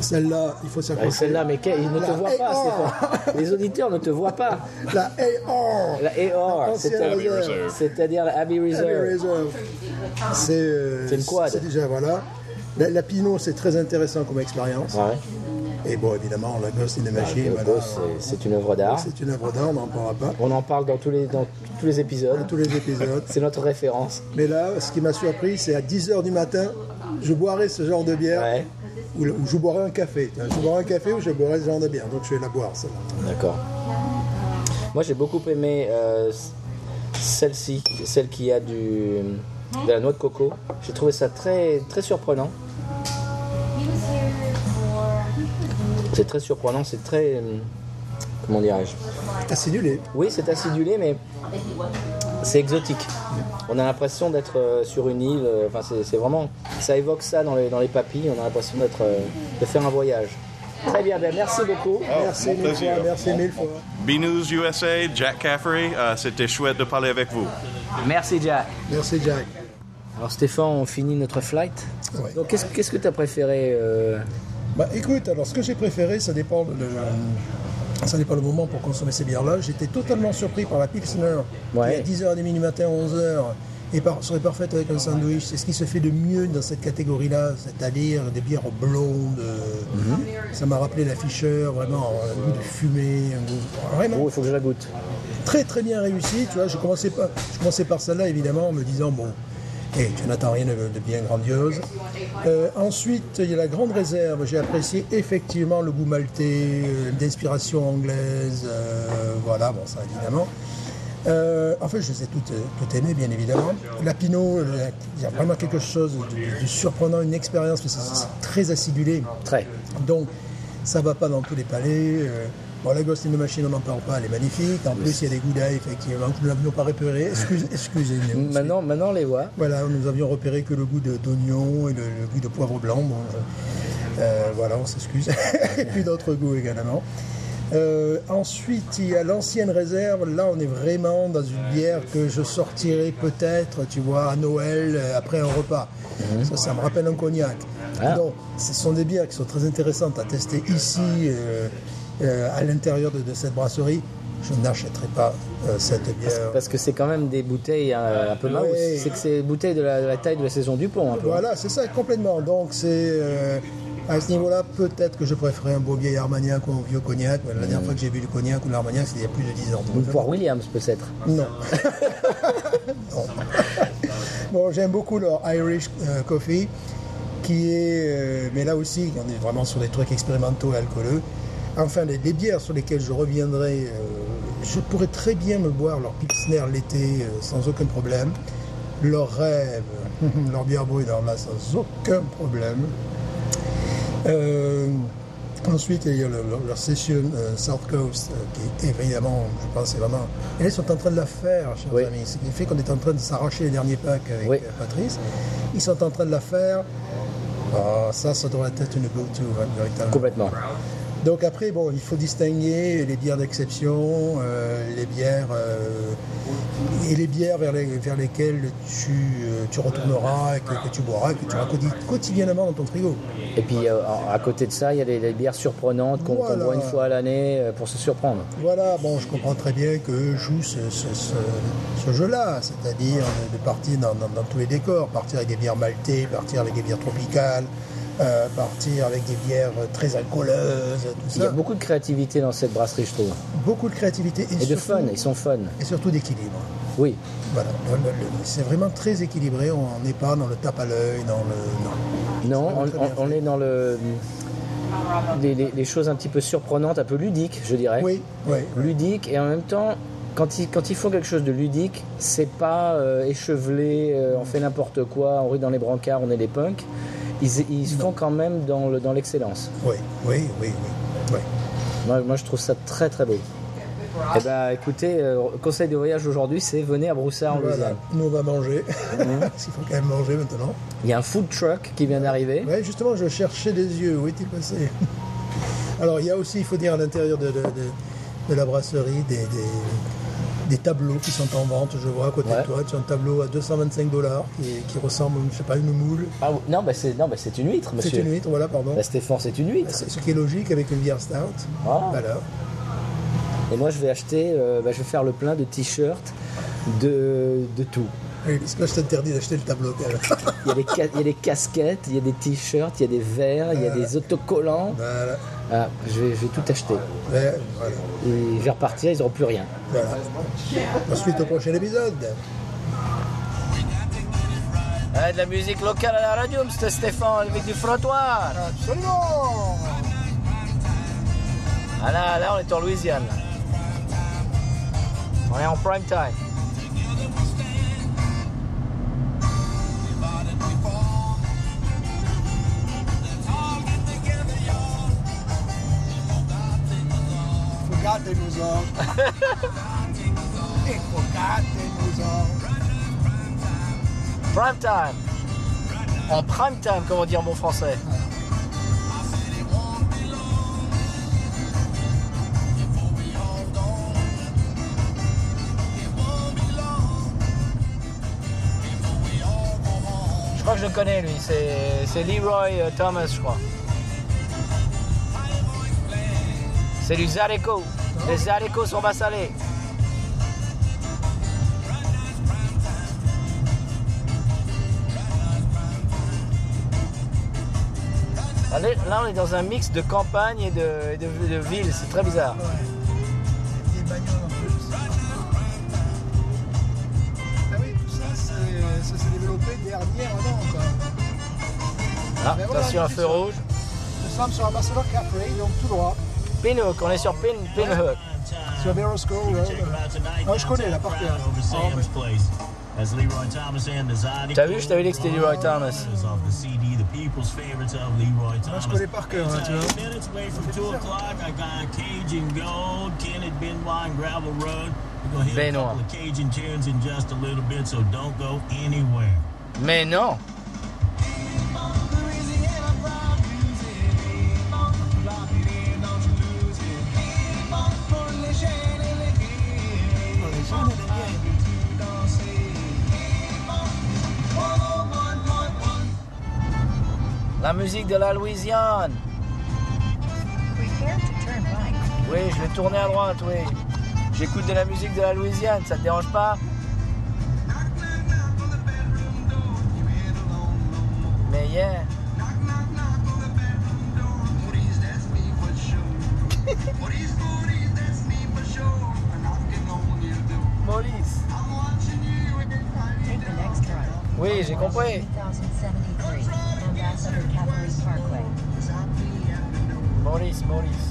[SPEAKER 2] Celle-là, il
[SPEAKER 1] Ah,
[SPEAKER 2] faut
[SPEAKER 1] Et
[SPEAKER 2] s'accrocher.
[SPEAKER 1] Mhm. Celle-là, mais qu'elle- ils ne te
[SPEAKER 2] La
[SPEAKER 1] voient pas,
[SPEAKER 2] AR.
[SPEAKER 1] Stéphane. Les auditeurs ne te voient pas.
[SPEAKER 2] La AR.
[SPEAKER 1] La AR,
[SPEAKER 2] Ancienne
[SPEAKER 1] c'est-à-
[SPEAKER 5] Abbey Reserve.
[SPEAKER 1] c'est-à-dire la Abbey
[SPEAKER 2] Abbey
[SPEAKER 1] Reserve.
[SPEAKER 2] Reserve. C'est euh,
[SPEAKER 1] C'est une quad.
[SPEAKER 2] c'est déjà voilà. La, la Pinot, c'est très intéressant comme expérience.
[SPEAKER 1] Ouais.
[SPEAKER 2] Et bon, évidemment, la Ghost in the Machine,
[SPEAKER 1] Le
[SPEAKER 2] voilà,
[SPEAKER 1] boss, c'est- c'est une œuvre d'art.
[SPEAKER 2] c'est une œuvre d'art, on n'en parlera pas.
[SPEAKER 1] On en parle dans tous les, dans tous les épisodes.
[SPEAKER 2] Tous les épisodes.
[SPEAKER 1] C'est notre référence.
[SPEAKER 2] Mais là, ce qui m'a surpris, c'est à 10h du matin, je boirai ce genre de bière.
[SPEAKER 1] Ouais.
[SPEAKER 2] Ou, ou je boirai un café. Je boirai un café ou je boirai ce genre de bière. Donc je vais la boire, celle-là.
[SPEAKER 1] D'accord. Moi, j'ai beaucoup aimé euh, c- celle-ci, celle qui a du, de la noix de coco. J'ai trouvé ça très, très surprenant. C'est très surprenant, c'est très. euh, Comment dirais-je
[SPEAKER 2] Acidulé.
[SPEAKER 1] Oui, c'est acidulé, mais c'est exotique. On a l'impression d'être euh, sur une île. euh, Enfin, c'est- c'est vraiment. Ça évoque ça dans les, dans les papilles. On a l'impression d'être, euh, de faire un voyage. Très bien, ben, merci beaucoup.
[SPEAKER 2] Merci
[SPEAKER 5] Oh, mon
[SPEAKER 2] mille
[SPEAKER 5] plaisir.
[SPEAKER 2] fois, merci mille fois.
[SPEAKER 5] B-News USA, Jack Caffery, euh, c'était chouette de parler avec vous.
[SPEAKER 1] Merci, Jack.
[SPEAKER 2] Merci Jack.
[SPEAKER 1] Alors Stéphane, on finit notre flight.
[SPEAKER 2] Ouais.
[SPEAKER 1] Donc qu'est-ce qu'est-ce que tu as préféré euh,
[SPEAKER 2] Bah écoute, alors ce que j'ai préféré, ça dépend de- de- Ça dépend le moment pour consommer ces bières-là. J'étais totalement surpris par la Pilsner,
[SPEAKER 1] Ouais.
[SPEAKER 2] qui à 10h30 du matin, 11h, et par, serait parfaite avec un sandwich. C'est ce qui se fait de mieux dans cette catégorie-là, c'est-à-dire des bières blondes. euh, Ça m'a rappelé l'afficheur, vraiment, un goût de fumée, un goût- vraiment
[SPEAKER 1] Gros, il faut que je la goûte.
[SPEAKER 2] très très bien réussi. Tu vois, je commençais pas, je commençais par celle-là évidemment, en me disant bon, eh, tu n'attends rien de, de bien grandiose. Euh, ensuite, il y a la grande réserve. J'ai apprécié effectivement le goût maltais, euh, d'inspiration anglaise. euh, voilà, bon ça évidemment. Euh, en fait, je les ai toutes, toutes aimées, bien évidemment. La Pinot, euh, il y a vraiment quelque chose de, de- de surprenant, une expérience, parce que c'est c'est très acidulé.
[SPEAKER 1] Très.
[SPEAKER 2] Donc, ça va pas dans tous les palais. euh, bon, la Ghost in the Machine, on n'en parle pas, elle est magnifique. En plus, il y a des goudas, effectivement, que nous n'avions pas repéré. Excuse- Excusez-nous.
[SPEAKER 1] Maintenant, maintenant, on les voit.
[SPEAKER 2] Voilà, nous avions repéré que le goût de- d'oignon et le, le goût de poivre blanc. Bon, je- euh, voilà, on s'excuse. et puis d'autres goûts également. Euh, ensuite, il y a l'ancienne réserve. Là, on est vraiment dans une bière que je sortirai peut-être, tu vois, à Noël, euh, après un repas. Ça, ça me rappelle un cognac.
[SPEAKER 1] Mhm. Ah.
[SPEAKER 2] Donc, ce sont des bières qui sont très intéressantes à tester ici, euh, euh, à l'intérieur de, de cette brasserie. Je n'achèterai pas euh, cette bière.
[SPEAKER 1] Parce que c'est quand même des bouteilles euh, un peu mouse.
[SPEAKER 2] Ah Ouais.
[SPEAKER 1] C'est que c'est des bouteilles de la, de la taille de la saison du pont, un peu. hein.
[SPEAKER 2] Voilà, c'est ça, complètement. Donc, c'est euh, à ce niveau-là, peut-être que je préférais un beau vieil Armagnac ou un vieux cognac. La dernière fois que j'ai vu le cognac ou l'Armagnac, c'était il y a plus de 10 ans.
[SPEAKER 1] Ou Une poire Williams, peut-être.
[SPEAKER 2] Non. Non. bon, j'aime beaucoup leur Irish euh, Coffee, qui est. euh, mais là aussi, on est vraiment sur des trucs expérimentaux et alcooleux. Enfin, les, les bières sur lesquelles je reviendrai, euh, je pourrais très bien me boire leur Pilsner l'été euh, sans aucun problème. Leur rêve, leur bière brune, alors là, sans aucun problème. Euh, ensuite, il y a le- leur, leur session euh, South Coast, euh, qui est évidemment, je pense, c'est vraiment. Et là, ils sont en train de la faire, chers
[SPEAKER 1] Oui.
[SPEAKER 2] amis. Ce qui fait qu'on est en train de s'arracher les derniers packs avec
[SPEAKER 1] Oui.
[SPEAKER 2] euh, Patrice. Ils sont en train de la faire. Ah, ça, ça devrait être une go-to, hein, véritablement.
[SPEAKER 1] Complètement.
[SPEAKER 2] Donc après, bon, il faut distinguer les bières d'exception, euh, les bières euh, et les bières vers, les- vers lesquelles tu, euh, tu retourneras, et que, que tu boiras, et que tu auras quotidi- quotidiennement dans ton frigo.
[SPEAKER 1] Et puis, euh, en- à côté de ça, il y a les, les bières surprenantes qu'on qu'on
[SPEAKER 2] Voilà.
[SPEAKER 1] boit une fois à l'année euh, pour se surprendre.
[SPEAKER 2] Voilà, bon, je comprends très bien que joue ce, ce- ce- ce jeu-là, c'est-à-dire de, de partir dans, dans- dans tous les décors, partir avec des bières maltais, partir avec des bières tropicales, euh, partir avec des bières très alcooleuses, tout
[SPEAKER 1] Il y a
[SPEAKER 2] ça.
[SPEAKER 1] beaucoup de créativité dans cette brasserie, je trouve.
[SPEAKER 2] Beaucoup de créativité et,
[SPEAKER 1] Et de
[SPEAKER 2] surtout-
[SPEAKER 1] fun, ils sont fun.
[SPEAKER 2] et surtout d'équilibre.
[SPEAKER 1] Oui.
[SPEAKER 2] Voilà, le- le- le- c'est vraiment très équilibré, on n'est pas dans le tape à l'œil, dans le. non.
[SPEAKER 1] Non, on,
[SPEAKER 2] très bien
[SPEAKER 1] on- on est dans le. Les, les- les choses un petit peu surprenantes, un peu ludiques, je dirais.
[SPEAKER 2] Oui, oui.
[SPEAKER 1] Ludique et en même temps, quand ils, quand ils font quelque chose de ludique, c'est pas euh, échevelé, euh, on fait n'importe quoi, on rit dans les brancards, on est des punks. Ils, ils se font quand même dans le- dans l'excellence.
[SPEAKER 2] Oui, oui, oui, oui. oui.
[SPEAKER 1] moi, moi, je trouve ça très très beau. Eh ben, écoutez, euh, conseil de voyage aujourd'hui, c'est venez à Broussard en Mmh.
[SPEAKER 2] Voilà,
[SPEAKER 1] Louisiane.
[SPEAKER 2] nous on va manger, parce qu'il faut quand même manger maintenant.
[SPEAKER 1] Il y a un food truck qui vient d'arriver.
[SPEAKER 2] Ouais, justement, je cherchais des yeux. Où est-il passé Alors, il y a aussi, il faut dire, à l'intérieur de, de- de- de la brasserie, des, des- des tableaux qui sont en vente. Je vois à côté
[SPEAKER 1] Ouais.
[SPEAKER 2] de toi, tu as un tableau à 225 dollars qui, qui ressemble, je sais pas, à une moule.
[SPEAKER 1] Ah, ou- non, bah, c'est non, bah, c'est une huître,
[SPEAKER 2] C'est
[SPEAKER 1] monsieur.
[SPEAKER 2] une huître, voilà, pardon.
[SPEAKER 1] Bah, Stéphane, c'est une huître.
[SPEAKER 2] C'est- Ce qui est logique avec une bière stout.
[SPEAKER 1] Voilà.
[SPEAKER 2] Voilà.
[SPEAKER 1] Et moi, je vais acheter, euh, bah, je vais faire le plein de t-shirts, de, de tout.
[SPEAKER 2] Oui, parce que là, je t'interdis d'acheter le tableau. quand même.
[SPEAKER 1] Il y a des, ca- il y a des casquettes, il y a des t-shirts, il y a des verres, il y a des autocollants.
[SPEAKER 2] voilà.
[SPEAKER 1] Ah, je, vais, je vais tout acheter.
[SPEAKER 2] Ouais, voilà.
[SPEAKER 1] Et je vais repartir, ils n'auront plus rien.
[SPEAKER 2] Voilà. Ensuite, au prochain épisode.
[SPEAKER 7] Ah, de la musique locale à la radio, Mr. Stéphane, avec du frottoir.
[SPEAKER 8] Absolument
[SPEAKER 7] Ah là, là, on est en Louisiane. là. On est en prime time.
[SPEAKER 8] Forgot they was on. They forgot they was on.
[SPEAKER 7] Prime time. En prime time, comme on dit en bon français. Je crois que je le connais lui, c'est c'est Leroy euh, Thomas je crois. C'est du Zareco. Les haricots sont bas salés.
[SPEAKER 1] Là, là, on est dans un mix de campagne et de, et de- de ville, c'est très bizarre.
[SPEAKER 2] Des vieilles bagnoles en plus. Ah oui, tout ça, c'est- ça s'est développé dernière an, quoi.
[SPEAKER 1] Ah,
[SPEAKER 2] Mais voilà,
[SPEAKER 1] attention à
[SPEAKER 2] c'est
[SPEAKER 1] feu
[SPEAKER 2] ça.
[SPEAKER 1] rouge.
[SPEAKER 2] Nous sommes sur Ambassador Cafe, donc tout droit,
[SPEAKER 1] Pinhook, on est sur Pin, Pinhook.
[SPEAKER 2] sur Berosco Road. Moi, je connais, là, par cœur.
[SPEAKER 9] T'as vu, je t'avais dit que c'était Leroy Thomas. Moi,
[SPEAKER 2] je connais par cœur, hein, tu vois.
[SPEAKER 9] Ben
[SPEAKER 1] Ben Noir.
[SPEAKER 9] Noir.
[SPEAKER 1] Mais non La musique de la Louisiane Oui, je vais tourner à droite, oui. J'écoute de la musique de la Louisiane, ça te dérange pas Mais yeah Maurice Oui, j'ai compris. Maurice, Maurice.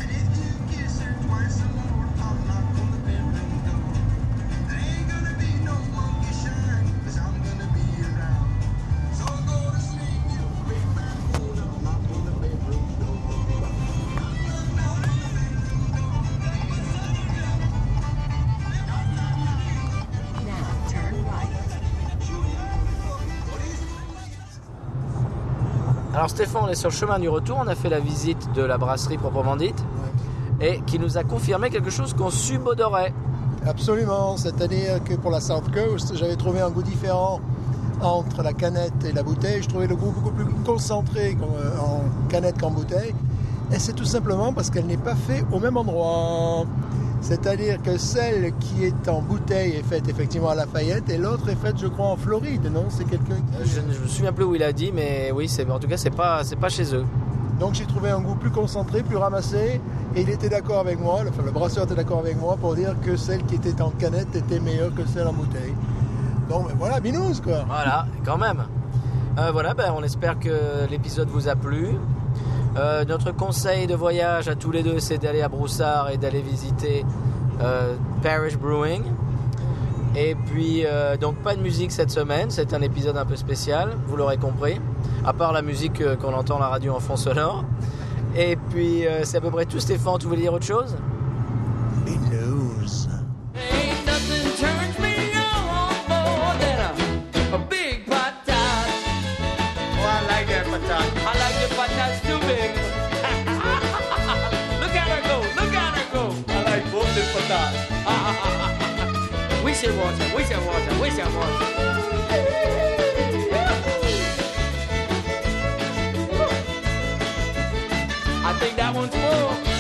[SPEAKER 1] Alors Stéphane, on est sur le chemin du retour, on a fait la visite de la brasserie proprement dite, et qui nous a confirmé quelque chose qu'on subodorait.
[SPEAKER 2] Absolument, c'est-à-dire que pour la South Coast, j'avais trouvé un goût différent entre la canette et la bouteille. Je trouvais le goût beaucoup plus concentré qu'en- euh, en canette qu'en bouteille. Et c'est tout simplement parce qu'elle n'est pas faite au même endroit. C'est-à-dire que celle qui est en bouteille est faite effectivement à Lafayette et l'autre est faite, je crois, en Floride, non C'est quelqu'un qui...
[SPEAKER 1] Euh, Je ne je me souviens plus où il a dit, mais oui, c'est en tout cas, c'est pas, c'est pas chez eux.
[SPEAKER 2] Donc j'ai trouvé un goût plus concentré, plus ramassé, et il était d'accord avec moi, le- enfin le brasseur était d'accord avec moi pour dire que celle qui était en canette était meilleure que celle en bouteille. Donc ben voilà, binous quoi
[SPEAKER 1] Voilà, quand même. Euh, voilà, ben, on espère que l'épisode vous a plu. Euh, notre conseil de voyage à tous les deux, c'est d'aller à Broussard et d'aller visiter euh, Parish Brewing. Et puis, euh, donc pas de musique cette semaine, c'est un épisode un peu spécial, vous l'aurez compris, à part la musique euh, qu'on entend à la radio en fond sonore. Et puis, euh, c'est à peu près tout, Stéphane, tu voulais dire autre chose
[SPEAKER 2] Binous
[SPEAKER 10] Ain't nothing turns me on more than a, a big patat. Oh, I like that patat. I like the patats too big. look at her go, look at her go. I like both the patats. we should watch her, we should watch her, we should watch her. I think that one's full.